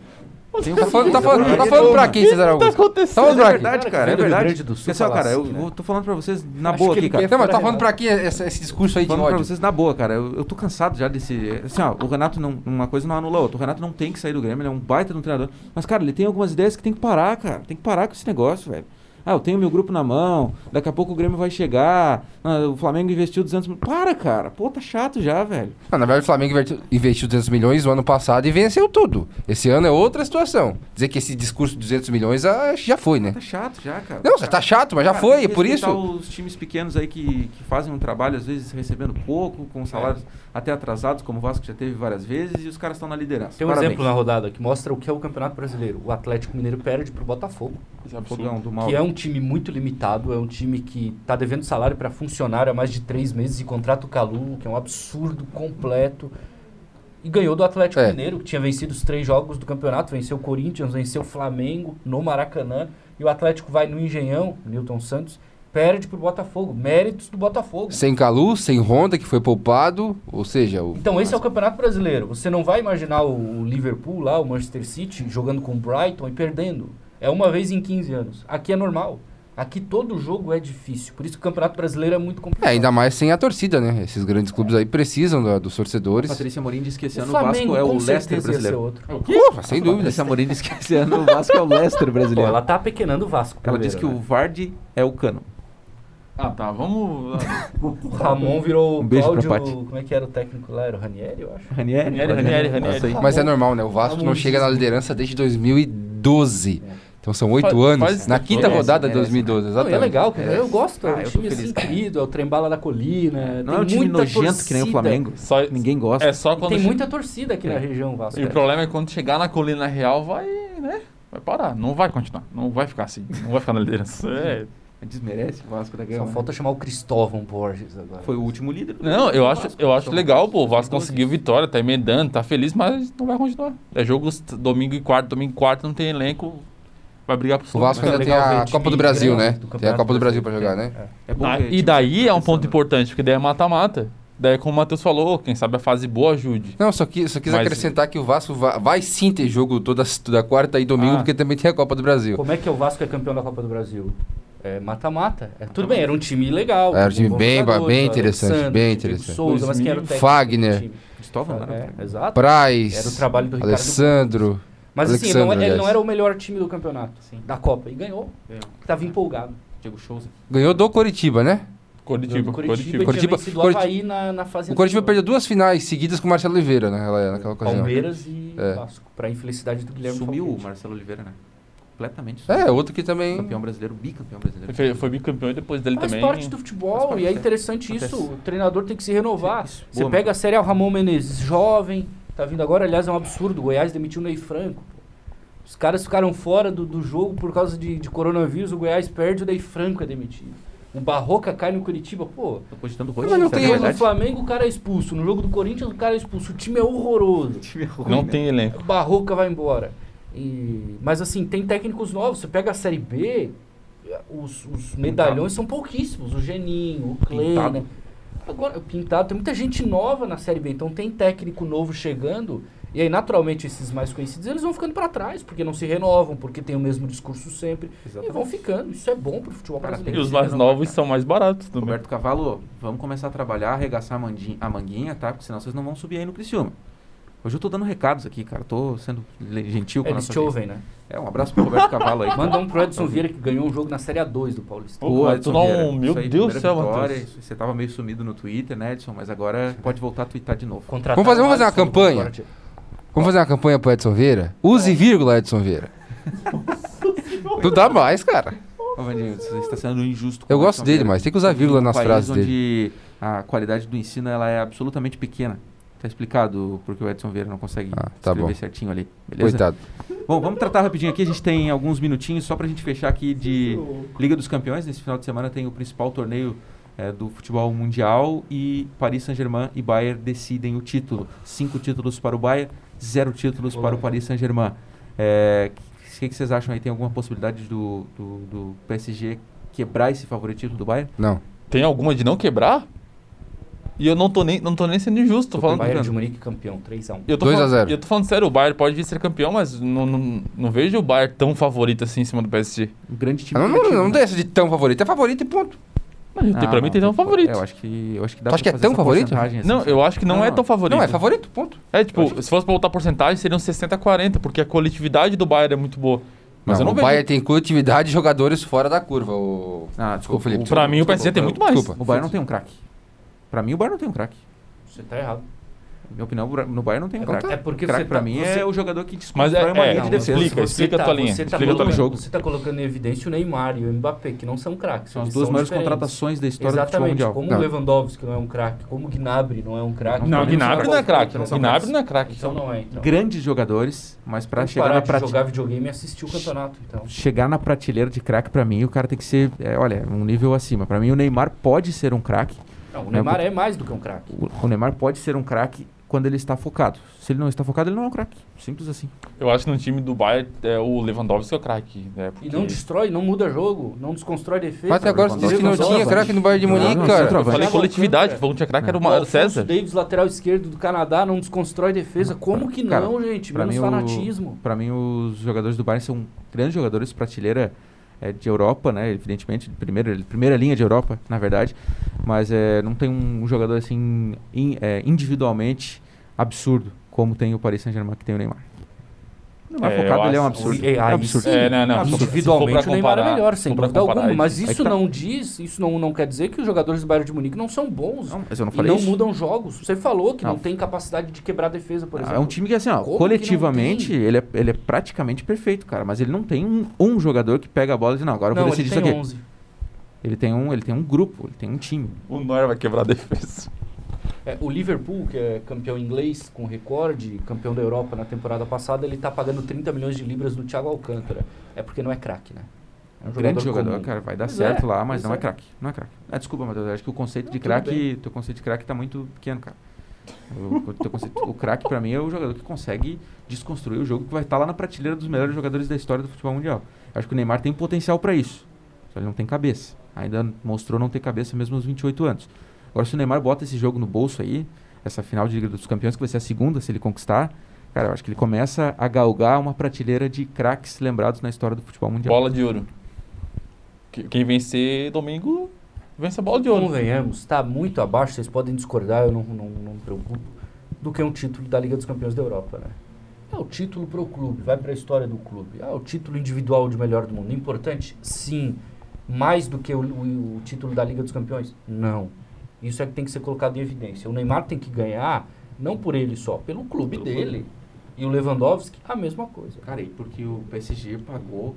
[SPEAKER 2] Tenho
[SPEAKER 5] Tá falando, tá falando, tá
[SPEAKER 2] Mas
[SPEAKER 5] falando pra quem, Cesar Augusto? Tá
[SPEAKER 2] é
[SPEAKER 5] falando pra quem?
[SPEAKER 2] verdade, cara, é
[SPEAKER 3] Vem do Rio
[SPEAKER 2] verdade.
[SPEAKER 3] Grande do Sul
[SPEAKER 2] Quer saber,
[SPEAKER 3] falar
[SPEAKER 2] cara, eu
[SPEAKER 3] assim, né?
[SPEAKER 2] vou- tô falando pra vocês na
[SPEAKER 3] Acho
[SPEAKER 2] boa
[SPEAKER 3] que
[SPEAKER 2] aqui,
[SPEAKER 3] ele
[SPEAKER 2] cara.
[SPEAKER 5] Não, mas tá falando pra quem esse, esse discurso aí de
[SPEAKER 2] Falando pra
[SPEAKER 5] ódio?
[SPEAKER 2] vocês na boa, cara. Eu, eu tô cansado já desse. Assim, ó, o Renato não. Uma coisa não anula a outra. O Renato não tem que sair do Grêmio, ele é um baita de um treinador. Mas, cara, ele tem algumas ideias que tem que parar, cara. Tem que parar com esse negócio, velho. Ah, eu tenho meu grupo na mão, daqui a pouco o Grêmio vai chegar, ah, o Flamengo investiu 200 mil. Para, cara. Pô, tá chato já, velho.
[SPEAKER 5] Ah, na verdade, o Flamengo invertiu- investiu 200 milhões no ano passado e venceu tudo. Esse ano é outra situação. Dizer que esse discurso de 200 milhões ah, acho que já foi, né?
[SPEAKER 2] Tá chato já, cara.
[SPEAKER 5] Não, tá chato, mas já
[SPEAKER 2] Cara,
[SPEAKER 5] foi,
[SPEAKER 2] tem que
[SPEAKER 5] por
[SPEAKER 2] respeitar
[SPEAKER 5] isso.
[SPEAKER 2] os times pequenos aí que, que fazem um trabalho, às vezes recebendo pouco,
[SPEAKER 5] É.
[SPEAKER 2] com salários até atrasados, como o Vasco já teve várias vezes, e os caras estão na liderança.
[SPEAKER 3] Tem um
[SPEAKER 2] Parabéns.
[SPEAKER 3] exemplo na rodada que mostra o que é o Campeonato Brasileiro. O Atlético Mineiro perde pro Botafogo.
[SPEAKER 2] Fogão do mal.
[SPEAKER 3] Que é um time muito limitado, é um time que tá devendo salário para funcionário há mais de três meses e contrata o Calu, que é um absurdo completo. E ganhou do Atlético
[SPEAKER 5] É.
[SPEAKER 3] Mineiro, que tinha vencido os três jogos do campeonato, venceu o Corinthians, venceu o Flamengo no Maracanã. E o Atlético vai no Engenhão, Newton Santos, perde pro Botafogo. Méritos do Botafogo.
[SPEAKER 5] Sem Calu, sem Honda, que foi poupado. Ou seja, o.
[SPEAKER 3] Então, esse é o Campeonato Brasileiro. Você não vai imaginar o o Liverpool lá, o Manchester City, jogando com o Brighton e perdendo. É uma vez em 15 anos. Aqui é normal. Aqui todo jogo é difícil. Por isso que o Campeonato Brasileiro é muito
[SPEAKER 5] É,
[SPEAKER 3] complicado.
[SPEAKER 5] ainda mais sem a torcida, né? Esses grandes clubes aí precisam da- dos torcedores.
[SPEAKER 2] Patrícia Morim disse que esse
[SPEAKER 3] o
[SPEAKER 2] ano o
[SPEAKER 3] Flamengo,
[SPEAKER 2] Vasco é
[SPEAKER 3] com
[SPEAKER 2] o Leicester
[SPEAKER 3] certeza, ia ser
[SPEAKER 2] brasileiro.
[SPEAKER 3] outro.
[SPEAKER 5] Porra, sem dúvida.
[SPEAKER 2] Patrícia Morim disse que esse ano o Vasco é o Leicester
[SPEAKER 3] Pô, tá
[SPEAKER 2] brasileiro.
[SPEAKER 3] ela
[SPEAKER 2] ela
[SPEAKER 3] tá pequenando o Vasco. primeiro,
[SPEAKER 2] disse que
[SPEAKER 3] né?
[SPEAKER 2] o Vardy é o Cano.
[SPEAKER 4] Ah, tá. Vamos.
[SPEAKER 3] O Ramon virou
[SPEAKER 2] Um
[SPEAKER 3] o
[SPEAKER 2] beijo pra
[SPEAKER 3] Cláudio.
[SPEAKER 2] Paty.
[SPEAKER 3] Como é que era o técnico lá? Era o Ranieri, eu acho.
[SPEAKER 2] Ranieri?
[SPEAKER 4] Ranieri,
[SPEAKER 2] pode-
[SPEAKER 4] Ranieri, Ranieri.
[SPEAKER 2] Passa aí.
[SPEAKER 5] Mas é normal, né? O Vasco
[SPEAKER 3] Vamos
[SPEAKER 5] não chega na liderança desde 2012.
[SPEAKER 3] É.
[SPEAKER 5] Então são oito
[SPEAKER 4] Faz-
[SPEAKER 5] anos.
[SPEAKER 4] faz-
[SPEAKER 5] na quinta
[SPEAKER 4] merece,
[SPEAKER 5] rodada de
[SPEAKER 2] merece,
[SPEAKER 5] 2012,
[SPEAKER 3] Não, e
[SPEAKER 5] exatamente.
[SPEAKER 3] é legal, cara. Eu gosto.
[SPEAKER 2] Ah,
[SPEAKER 3] é um
[SPEAKER 2] eu tô
[SPEAKER 3] time
[SPEAKER 2] feliz,
[SPEAKER 3] assim
[SPEAKER 2] cara.
[SPEAKER 3] querido, é o Trembala da
[SPEAKER 2] Não
[SPEAKER 3] Colina. tem
[SPEAKER 2] é um time
[SPEAKER 3] muita
[SPEAKER 2] nojento que nem o
[SPEAKER 3] torcida.
[SPEAKER 2] Flamengo. É.
[SPEAKER 4] Só,
[SPEAKER 2] Ninguém gosta.
[SPEAKER 4] É só
[SPEAKER 3] E
[SPEAKER 4] quando.
[SPEAKER 3] tem
[SPEAKER 4] che-
[SPEAKER 3] muita torcida aqui na região, Vasco.
[SPEAKER 4] E o problema é quando chegar na colina real, vai, né? Vai parar. Não vai continuar. Não vai ficar assim. Não vai ficar
[SPEAKER 3] [laughs]
[SPEAKER 4] na liderança. É.
[SPEAKER 2] Desmerece o Vasco da
[SPEAKER 3] Só
[SPEAKER 2] Gama. né?
[SPEAKER 3] falta Né? chamar o Cristóvão Borges agora.
[SPEAKER 2] Foi o último líder. do
[SPEAKER 4] Não, eu acho,
[SPEAKER 2] Vasco.
[SPEAKER 4] eu acho
[SPEAKER 2] Só-
[SPEAKER 4] legal, pô. O Vasco conseguiu vitória, tá emendando, tá feliz, mas não vai continuar. É jogo s- domingo e quarto, domingo e quarto, não tem elenco. Vai brigar pro
[SPEAKER 5] O
[SPEAKER 4] sul. né?
[SPEAKER 5] Vasco
[SPEAKER 3] Mas é
[SPEAKER 5] ainda tem
[SPEAKER 3] legal ver
[SPEAKER 5] a
[SPEAKER 3] time
[SPEAKER 5] Copa do Brasil,
[SPEAKER 3] grande
[SPEAKER 5] né?
[SPEAKER 3] do
[SPEAKER 5] Tem a
[SPEAKER 3] Campeonato
[SPEAKER 5] Copa do Brasil pra jogar,
[SPEAKER 3] Brasileiro.
[SPEAKER 5] né?
[SPEAKER 2] É bom
[SPEAKER 4] Ah,
[SPEAKER 2] ver,
[SPEAKER 4] e
[SPEAKER 2] tipo,
[SPEAKER 4] daí é um
[SPEAKER 2] pensando,
[SPEAKER 4] ponto importante, porque daí é mata-mata. Daí, é como o Matheus falou, quem sabe a fase boa ajude.
[SPEAKER 5] Não, só, que, só quis
[SPEAKER 4] Mas-
[SPEAKER 5] acrescentar que o Vasco va- vai, sim ter jogo toda, toda quarta e domingo,
[SPEAKER 4] Ah.
[SPEAKER 5] porque também tem a Copa do Brasil.
[SPEAKER 3] Como é que o Vasco é campeão da Copa do Brasil? É mata-mata. É, tudo bem, era um time legal.
[SPEAKER 5] Era um
[SPEAKER 3] com
[SPEAKER 5] time
[SPEAKER 3] bons
[SPEAKER 5] bem-
[SPEAKER 3] jogadores,
[SPEAKER 5] bem
[SPEAKER 3] o
[SPEAKER 5] interessante,
[SPEAKER 3] Alexandre,
[SPEAKER 5] bem
[SPEAKER 3] o Diego
[SPEAKER 5] interessante.
[SPEAKER 3] Souza, mas quem era o técnico do
[SPEAKER 5] Fagner.
[SPEAKER 3] time?
[SPEAKER 2] Cristóvão, né?
[SPEAKER 3] É, exato. Era o
[SPEAKER 5] Praz,
[SPEAKER 3] trabalho do Ricardo.
[SPEAKER 5] Alessandro.
[SPEAKER 3] Mas assim, ele não,
[SPEAKER 5] Alexandre,
[SPEAKER 3] ele não
[SPEAKER 5] aliás.
[SPEAKER 3] era o melhor time do campeonato, assim, da Copa. E ganhou.
[SPEAKER 2] Ganhou.
[SPEAKER 3] Tava empolgado.
[SPEAKER 2] Diego Souza.
[SPEAKER 5] Ganhou do Coritiba, né?
[SPEAKER 4] Coritiba,
[SPEAKER 3] Do
[SPEAKER 4] Coritiba.
[SPEAKER 3] Coritiba,
[SPEAKER 5] Coritiba-
[SPEAKER 3] Coritiba, Coritiba,
[SPEAKER 5] Coriti-
[SPEAKER 3] Havaí na, na fase
[SPEAKER 5] O Coritiba
[SPEAKER 3] anterior.
[SPEAKER 5] perdeu duas finais seguidas com o Marcelo Oliveira né, naquela, naquela ocasião.
[SPEAKER 3] Palmeiras e
[SPEAKER 5] É.
[SPEAKER 3] Vasco. Pra infelicidade do Guilherme
[SPEAKER 2] Sumiu o
[SPEAKER 3] Falcão.
[SPEAKER 2] Marcelo Oliveira, né? Completamente.
[SPEAKER 5] É,
[SPEAKER 2] sumiu.
[SPEAKER 5] outro que também.
[SPEAKER 2] Campeão brasileiro, bicampeão brasileiro.
[SPEAKER 4] Ele foi, foi bicampeão e depois dele
[SPEAKER 3] Faz
[SPEAKER 4] também.
[SPEAKER 3] parte do
[SPEAKER 2] Faz
[SPEAKER 3] futebol
[SPEAKER 2] parte,
[SPEAKER 3] e é
[SPEAKER 2] é.
[SPEAKER 3] interessante isso.
[SPEAKER 2] Acontece.
[SPEAKER 3] O treinador tem que se renovar.
[SPEAKER 2] Isso.
[SPEAKER 3] Você
[SPEAKER 2] Boa,
[SPEAKER 3] pega a série o Ramon Menezes, jovem, tá vindo agora. Aliás, é um absurdo. O Goiás demitiu o Ney Franco. pô. Os caras ficaram fora do, do jogo por causa de, de coronavírus. O Goiás perde, o Ney Franco é demitido. O Barroca cai no Curitiba. Pô,
[SPEAKER 2] Tô cogitando o
[SPEAKER 5] Mas
[SPEAKER 2] Roger,
[SPEAKER 5] não
[SPEAKER 2] será
[SPEAKER 5] tem
[SPEAKER 2] que é
[SPEAKER 3] no
[SPEAKER 2] [laughs] verdade?
[SPEAKER 3] Flamengo o cara é expulso. No jogo do Corinthians o cara é expulso. O time é horroroso.
[SPEAKER 4] Não
[SPEAKER 2] né?
[SPEAKER 3] né?
[SPEAKER 4] tem elenco.
[SPEAKER 3] O Barroca vai embora. E- mas assim, tem técnicos novos. Você pega a Série B, os, os medalhões são pouquíssimos. O Geninho, o Kleina.
[SPEAKER 2] Pintado.
[SPEAKER 3] Agora, o Pintado, tem muita gente nova na Série B. Então tem técnico novo chegando. E aí, naturalmente, esses mais conhecidos, eles vão ficando pra trás, porque não se renovam, porque tem o mesmo discurso sempre. E vão ficando. Isso é bom pro futebol
[SPEAKER 2] Cara,
[SPEAKER 4] E
[SPEAKER 3] brasileiro.
[SPEAKER 4] os mais
[SPEAKER 2] Não,
[SPEAKER 4] novos
[SPEAKER 2] cara.
[SPEAKER 4] são mais baratos também.
[SPEAKER 2] Roberto Cavalo, vamos começar a trabalhar, arregaçar a, mandin- a manguinha, tá? Porque senão vocês não vão subir aí no Criciúma. Hoje eu tô dando recados aqui, cara. Tô sendo le- gentil com a
[SPEAKER 3] Eles
[SPEAKER 2] nossa
[SPEAKER 3] te
[SPEAKER 2] audiência.
[SPEAKER 3] ouvem, né?
[SPEAKER 2] É, um abraço pro Roberto Cavalo aí. cara.
[SPEAKER 3] Manda um pro Edson Vieira, que ganhou um jogo na Série A2 do Paulista.
[SPEAKER 4] Pô,
[SPEAKER 2] Boa,
[SPEAKER 4] mas tu não-
[SPEAKER 2] Vieira.
[SPEAKER 4] meu
[SPEAKER 2] Isso aí,
[SPEAKER 4] Deus do
[SPEAKER 2] primeira
[SPEAKER 4] céu,
[SPEAKER 2] vitória.
[SPEAKER 4] Matheus.
[SPEAKER 2] Isso- Você tava meio sumido no Twitter, né, Edson? Mas agora pode voltar a twittar de novo.
[SPEAKER 3] Contrataram
[SPEAKER 5] Vamos fazer- vamos
[SPEAKER 3] o
[SPEAKER 5] fazer uma
[SPEAKER 3] Alisson do
[SPEAKER 5] campanha?
[SPEAKER 3] Corte.
[SPEAKER 5] Vamos fazer uma campanha pro Edson Vieira? Use vírgula, Edson Vieira. Não dá mais, cara.
[SPEAKER 2] Ô, Vandinho, você está sendo injusto. com
[SPEAKER 5] Eu
[SPEAKER 2] o
[SPEAKER 5] gosto
[SPEAKER 2] Edson
[SPEAKER 5] dele,
[SPEAKER 2] Vieira.
[SPEAKER 5] mas tem que usar
[SPEAKER 2] Vive
[SPEAKER 5] vírgula
[SPEAKER 2] num
[SPEAKER 5] nas
[SPEAKER 2] país
[SPEAKER 5] frases
[SPEAKER 2] onde
[SPEAKER 5] dele.
[SPEAKER 2] a qualidade do ensino ela é absolutamente pequena. Tá explicado porque o Edson Vieira não consegue
[SPEAKER 5] Ah, tá
[SPEAKER 2] escrever
[SPEAKER 5] bom.
[SPEAKER 2] certinho ali, beleza?
[SPEAKER 5] Coitado.
[SPEAKER 2] Bom, vamos tratar rapidinho aqui, a gente tem alguns minutinhos só pra gente fechar aqui de Liga dos Campeões. Nesse final de semana tem o principal torneio eh, do futebol mundial e Paris Saint-Germain e Bayern decidem o título. Cinco títulos para o Bayern, zero títulos para o Paris Saint-Germain. É, O que, que vocês acham aí? Tem alguma possibilidade do, do, do PSG quebrar esse favoritismo do Bayern?
[SPEAKER 5] Não.
[SPEAKER 4] Tem alguma de não quebrar? E eu não tô nem, não tô nem sendo injusto, tô falando.
[SPEAKER 3] Bayern de Munique campeão, 3x1.
[SPEAKER 4] Eu tô
[SPEAKER 5] 2 a
[SPEAKER 4] falando-
[SPEAKER 5] 0.
[SPEAKER 4] Eu tô falando sério, o Bayern pode vir ser campeão, mas não, não, não vejo o Bayern tão favorito assim em cima do PSG.
[SPEAKER 2] Um grande time.
[SPEAKER 5] Ah, Não, não,
[SPEAKER 2] coletivo,
[SPEAKER 5] não
[SPEAKER 2] né?
[SPEAKER 5] dá essa de tão favorito. É favorito e ponto.
[SPEAKER 4] Mas
[SPEAKER 2] Ah,
[SPEAKER 4] tem- pra mim
[SPEAKER 2] não,
[SPEAKER 4] tem tão favorito.
[SPEAKER 2] É, eu acho que, eu acho que dá
[SPEAKER 5] Tu
[SPEAKER 2] pra
[SPEAKER 5] acha que é
[SPEAKER 2] fazer
[SPEAKER 5] tão
[SPEAKER 2] essa
[SPEAKER 5] favorito?
[SPEAKER 2] porcentagem, assim,
[SPEAKER 4] Não,
[SPEAKER 2] sabe?
[SPEAKER 4] eu acho que não,
[SPEAKER 2] Não,
[SPEAKER 4] é
[SPEAKER 2] não.
[SPEAKER 4] tão favorito.
[SPEAKER 5] Não, é favorito, ponto.
[SPEAKER 4] É, tipo, se fosse pra botar porcentagem, seriam 60-40, porque a coletividade do Bayern é muito boa. Mas eu não
[SPEAKER 5] o
[SPEAKER 4] vejo.
[SPEAKER 5] Bayern tem coletividade e jogadores fora da curva. O...
[SPEAKER 2] Ah, desculpa,
[SPEAKER 5] Felipe.
[SPEAKER 2] o-
[SPEAKER 4] Pra mim, o
[SPEAKER 2] desculpa,
[SPEAKER 4] PSG tem
[SPEAKER 2] eu-
[SPEAKER 4] muito mais.
[SPEAKER 5] é desculpa.
[SPEAKER 2] O Bayern não tem um craque. Pra mim, o Bayern não tem um craque.
[SPEAKER 3] Você tá errado.
[SPEAKER 2] Na minha opinião, no Bayern não tem um
[SPEAKER 5] Então
[SPEAKER 2] craque.
[SPEAKER 5] tá.
[SPEAKER 3] É porque
[SPEAKER 2] craque
[SPEAKER 3] você
[SPEAKER 2] pra
[SPEAKER 3] tá-
[SPEAKER 2] mim
[SPEAKER 3] você-
[SPEAKER 2] é o jogador que
[SPEAKER 4] Mas é-
[SPEAKER 2] destrói uma
[SPEAKER 4] é,
[SPEAKER 2] linha de
[SPEAKER 4] não,
[SPEAKER 2] defesa.
[SPEAKER 4] explica.
[SPEAKER 3] Você
[SPEAKER 4] a tua linha,
[SPEAKER 3] Você tá,
[SPEAKER 4] explica a tua
[SPEAKER 3] colocando,
[SPEAKER 2] linha.
[SPEAKER 3] você tá colocando em evidência o Neymar e o Mbappé, que não são craques.
[SPEAKER 2] São as
[SPEAKER 3] eles
[SPEAKER 2] duas maiores
[SPEAKER 3] diferentes.
[SPEAKER 2] contratações da história
[SPEAKER 3] Exatamente,
[SPEAKER 2] do futebol mundial.
[SPEAKER 3] como
[SPEAKER 5] Não.
[SPEAKER 3] o Lewandowski não é um craque, como o Gnabry não é um craque.
[SPEAKER 4] Não, o Gnabry não é craque.
[SPEAKER 3] Então
[SPEAKER 4] O
[SPEAKER 3] são
[SPEAKER 4] Gnabry não é
[SPEAKER 3] craques.
[SPEAKER 4] craque.
[SPEAKER 3] Então não é, então.
[SPEAKER 2] Grandes jogadores, mas pra
[SPEAKER 3] Vou
[SPEAKER 2] chegar
[SPEAKER 3] parar
[SPEAKER 2] na,
[SPEAKER 3] de
[SPEAKER 2] prate-
[SPEAKER 3] jogar videogame e assistir o campeonato, então.
[SPEAKER 2] chegar na prateleira de craque, pra mim, o cara tem que ser, é, olha, um nível acima. Pra mim, o Neymar pode ser um craque.
[SPEAKER 3] Não, o Neymar é mais do que um craque.
[SPEAKER 2] O o Neymar pode ser um craque quando ele está focado. Se ele não está focado, ele não é um craque. Simples assim.
[SPEAKER 4] Eu acho que no time do Bayern, é, o Lewandowski é o craque. né,
[SPEAKER 3] E
[SPEAKER 4] porque-
[SPEAKER 3] não destrói, não muda jogo, não desconstrói defesa.
[SPEAKER 5] Mas até agora você disse que não tinha
[SPEAKER 3] Lewandowski.
[SPEAKER 5] craque no Bayern de
[SPEAKER 2] Não,
[SPEAKER 5] Munique,
[SPEAKER 2] não,
[SPEAKER 5] cara.
[SPEAKER 4] Eu
[SPEAKER 2] centroavante.
[SPEAKER 4] falei
[SPEAKER 3] Thiago
[SPEAKER 4] coletividade,
[SPEAKER 3] Alcântara.
[SPEAKER 4] falou que tinha craque, era o
[SPEAKER 3] O
[SPEAKER 4] Ma-
[SPEAKER 3] Alfonso
[SPEAKER 4] César.
[SPEAKER 3] Davis, lateral esquerdo do Canadá, não desconstrói defesa. Como que
[SPEAKER 2] Cara,
[SPEAKER 3] não, gente?
[SPEAKER 2] Pra
[SPEAKER 3] Menos
[SPEAKER 2] mim, o-
[SPEAKER 3] fanatismo.
[SPEAKER 2] pra mim, os jogadores do Bayern são grandes jogadores prateleira é, de Europa, né? Evidentemente, de primeira, de primeira linha de Europa, na verdade. Mas é, não tem um jogador assim in- é, individualmente absurdo como tem o Paris Saint-Germain que tem o Neymar. Neymar
[SPEAKER 4] É,
[SPEAKER 2] focado
[SPEAKER 4] eu
[SPEAKER 2] ele é um
[SPEAKER 4] acho-
[SPEAKER 2] absurdo.
[SPEAKER 4] É,
[SPEAKER 2] um
[SPEAKER 3] aí
[SPEAKER 2] absurdo.
[SPEAKER 3] sim.
[SPEAKER 4] É, não, não.
[SPEAKER 2] Ah,
[SPEAKER 4] Se for pra
[SPEAKER 3] Individualmente o Neymar é
[SPEAKER 4] comparar-
[SPEAKER 3] melhor,
[SPEAKER 4] se
[SPEAKER 3] sem
[SPEAKER 4] for pra
[SPEAKER 3] dúvida
[SPEAKER 4] comparar
[SPEAKER 3] alguma, mas
[SPEAKER 4] isso. é
[SPEAKER 2] Aí
[SPEAKER 3] isso
[SPEAKER 2] tá.
[SPEAKER 3] não diz, isso não, não quer dizer que os jogadores do Bayern de Munique não são bons
[SPEAKER 2] Não, mas eu não
[SPEAKER 3] e
[SPEAKER 2] falei
[SPEAKER 3] não
[SPEAKER 2] isso.
[SPEAKER 3] mudam jogos. Você falou que não,
[SPEAKER 2] Não.
[SPEAKER 3] tem capacidade de quebrar a defesa, por
[SPEAKER 2] Ah,
[SPEAKER 3] exemplo.
[SPEAKER 2] É um time que, assim, ó,
[SPEAKER 3] Como que não
[SPEAKER 2] coletivamente,
[SPEAKER 3] tem?
[SPEAKER 2] ele é, ele é praticamente perfeito, cara. Mas ele não tem um, um jogador que pega a bola e diz, não, agora eu
[SPEAKER 3] não,
[SPEAKER 2] vou
[SPEAKER 3] ele
[SPEAKER 2] decidir
[SPEAKER 3] tem
[SPEAKER 2] isso aqui.
[SPEAKER 3] 11.
[SPEAKER 2] Ele tem, um, ele tem um grupo, ele tem um time.
[SPEAKER 4] O Neuer vai quebrar a defesa.
[SPEAKER 3] É, o Liverpool, que é campeão inglês com recorde, campeão da Europa na temporada passada, ele tá pagando 30 milhões de libras no Thiago Alcântara. É porque não é craque, né? É um
[SPEAKER 2] Grande jogador,
[SPEAKER 3] comum.
[SPEAKER 2] cara, vai dar
[SPEAKER 3] Pois
[SPEAKER 2] certo
[SPEAKER 3] é,
[SPEAKER 2] lá, mas
[SPEAKER 3] pois
[SPEAKER 2] não é
[SPEAKER 3] é.
[SPEAKER 2] craque. Não é craque. Ah, desculpa, Matheus, eu acho que o conceito
[SPEAKER 3] Não,
[SPEAKER 2] de
[SPEAKER 3] tudo
[SPEAKER 2] craque,
[SPEAKER 3] bem.
[SPEAKER 2] teu conceito de craque tá muito pequeno, cara. O, o teu conceito- o craque, pra mim, é o jogador que consegue desconstruir o jogo, que vai estar lá na prateleira dos melhores jogadores da história do futebol mundial. Eu acho que o Neymar tem potencial pra isso, só ele não tem cabeça. Ainda mostrou não ter cabeça mesmo aos 28 anos. Agora, se o Neymar bota esse jogo no bolso aí, essa final de Liga dos Campeões, que vai ser a segunda, se ele conquistar, cara, eu acho que ele começa a galgar uma prateleira de craques lembrados na história do futebol mundial.
[SPEAKER 4] Bola de ouro. Que- Quem vencer domingo, vence a bola
[SPEAKER 3] Então,
[SPEAKER 4] de ouro.
[SPEAKER 3] Convenhamos, está muito abaixo, vocês podem discordar, eu não, não, não me preocupo, do que um título da Liga dos Campeões da Europa, né? É o título para o clube, vai para a história do clube. É o título individual de melhor do mundo. Importante? Sim. Mais do que o, o- o título da Liga dos Campeões? Não. Isso é que tem que ser colocado em evidência. O Neymar tem que ganhar, não por ele só, pelo clube
[SPEAKER 2] Pelo
[SPEAKER 3] dele. E o Lewandowski, a mesma coisa.
[SPEAKER 2] Cara, e porque o PSG pagou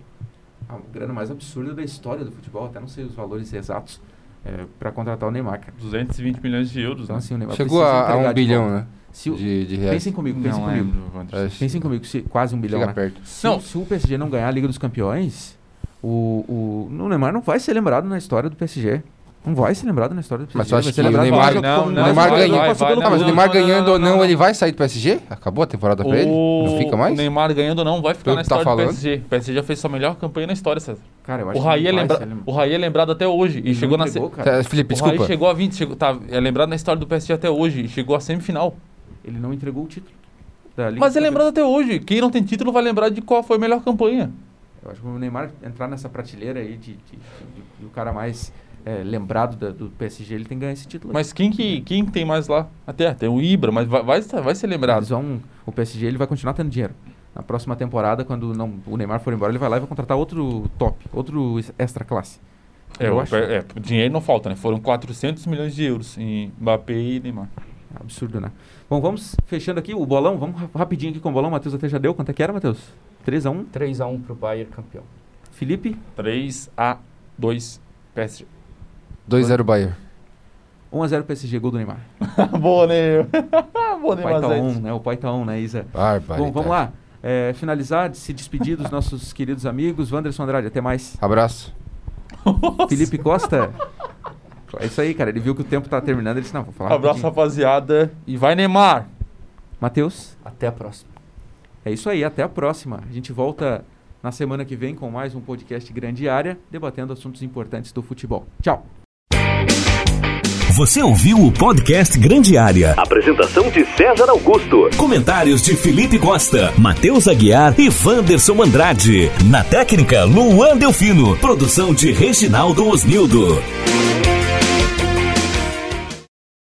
[SPEAKER 2] a grana mais absurda da história do futebol, até não sei os valores exatos, é, para contratar o Neymar, cara.
[SPEAKER 4] 220 milhões de euros,
[SPEAKER 2] Então,
[SPEAKER 4] né?
[SPEAKER 2] assim, o Neymar
[SPEAKER 5] Chegou
[SPEAKER 2] precisa
[SPEAKER 5] a, a
[SPEAKER 2] entregar
[SPEAKER 5] um
[SPEAKER 2] de
[SPEAKER 5] bilhão,
[SPEAKER 2] volta.
[SPEAKER 5] né?
[SPEAKER 2] Se o-
[SPEAKER 5] De, de reais.
[SPEAKER 2] pensem comigo, pensem
[SPEAKER 4] Não
[SPEAKER 2] comigo.
[SPEAKER 4] lembro quantos.
[SPEAKER 5] É,
[SPEAKER 2] Pensem comigo, se, quase um bilhão,
[SPEAKER 5] Chega
[SPEAKER 2] né?
[SPEAKER 5] perto.
[SPEAKER 2] Se,
[SPEAKER 4] Não.
[SPEAKER 2] se o PSG não ganhar a Liga dos Campeões, o, o, o Neymar não vai ser lembrado na história do PSG. Não vai ser lembrado na história do PSG.
[SPEAKER 5] Mas eu acho
[SPEAKER 2] vai ser
[SPEAKER 5] que o
[SPEAKER 2] lembrado
[SPEAKER 5] Neymar-
[SPEAKER 2] como-
[SPEAKER 4] não,
[SPEAKER 2] como-
[SPEAKER 4] não,
[SPEAKER 2] o Neymar
[SPEAKER 5] vai,
[SPEAKER 2] ganhou,
[SPEAKER 5] vai,
[SPEAKER 2] passou
[SPEAKER 4] vai,
[SPEAKER 2] pelo
[SPEAKER 5] Não, mas o
[SPEAKER 4] Não,
[SPEAKER 5] Neymar
[SPEAKER 4] não,
[SPEAKER 5] ganhando
[SPEAKER 4] não,
[SPEAKER 5] ou não,
[SPEAKER 4] não,
[SPEAKER 5] ele vai sair do PSG? Acabou a temporada tá pra ele? Não fica mais?
[SPEAKER 4] O Neymar ganhando ou não vai
[SPEAKER 5] Pelo
[SPEAKER 4] ficar na
[SPEAKER 5] que tá
[SPEAKER 4] história do
[SPEAKER 5] falando.
[SPEAKER 4] PSG. O PSG já fez sua melhor campanha na história, César.
[SPEAKER 2] Cara, eu acho
[SPEAKER 4] O
[SPEAKER 2] que
[SPEAKER 4] Raí, é
[SPEAKER 2] não vai
[SPEAKER 4] lembra...
[SPEAKER 2] ser lembrado.
[SPEAKER 4] o Raí é lembrado até hoje. E
[SPEAKER 2] Ele
[SPEAKER 4] chegou
[SPEAKER 2] não
[SPEAKER 4] na se-
[SPEAKER 2] entregou, cara.
[SPEAKER 5] Tá, Felipe,
[SPEAKER 4] O Raí
[SPEAKER 5] desculpa.
[SPEAKER 4] chegou a 20, chegou, tá, é lembrado na história do PSG até hoje. E chegou à semifinal.
[SPEAKER 2] Ele não entregou o título. da Liga
[SPEAKER 4] Mas é
[SPEAKER 2] dos
[SPEAKER 4] lembrado até hoje. Quem não tem título vai lembrar de qual foi a melhor campanha.
[SPEAKER 2] Eu acho que o Neymar entrar nessa prateleira aí de, de- de- de o cara mais é, lembrado da- do PSG, ele tem que ganhar esse título. aí.
[SPEAKER 4] Mas quem que quem tem mais lá? Até tem o Ibra, mas vai, vai, vai ser lembrado.
[SPEAKER 2] Eles vão- o PSG ele vai continuar tendo dinheiro. Na próxima temporada, quando não- o Neymar for embora, ele vai lá e vai contratar outro top, outro es- extra classe.
[SPEAKER 4] É,
[SPEAKER 2] Eu
[SPEAKER 4] o-
[SPEAKER 2] acho.
[SPEAKER 4] é, dinheiro não falta, né? Foram 400 milhões de euros em Mbappé e Neymar.
[SPEAKER 2] Absurdo, né? Bom, vamos fechando aqui o bolão. Vamos ra- rapidinho aqui com o bolão. Matheus até já deu. Quanto é que era, Matheus? 3x1.
[SPEAKER 3] 3x1 pro Bayern campeão.
[SPEAKER 2] Felipe,
[SPEAKER 4] 3 a 2 PSG.
[SPEAKER 5] 2-0 Bayern.
[SPEAKER 2] 1x0 PSG, gol do Neymar.
[SPEAKER 4] [laughs] Boa, Neymar. [laughs] Boa, é
[SPEAKER 2] O pai tá
[SPEAKER 4] Zete.
[SPEAKER 2] 1, né? O pai tá 1, né, Isa?
[SPEAKER 5] Barbaridade.
[SPEAKER 2] Bom, vamos lá. É, finalizar, se despedir dos nossos [laughs] queridos amigos. Wanderson Andrade, até mais.
[SPEAKER 5] Abraço.
[SPEAKER 2] Felipe Costa. É isso aí, cara. Ele viu que o tempo tá terminando. Ele disse: Não, vou falar.
[SPEAKER 4] Abraço,
[SPEAKER 2] rapidinho.
[SPEAKER 4] rapaziada. E vai, Neymar.
[SPEAKER 2] Matheus,
[SPEAKER 3] Até a próxima.
[SPEAKER 2] é isso aí. Até a próxima. A gente volta na semana que vem com mais um podcast Grande Área, debatendo assuntos importantes do futebol. Tchau.
[SPEAKER 1] Você ouviu o podcast Grande Área.
[SPEAKER 6] Apresentação de César Augusto.
[SPEAKER 1] Comentários de Felipe Costa, Matheus Aguiar e Wanderson Andrade. Na técnica, Luan Delfino. Produção de Reginaldo Osnildo.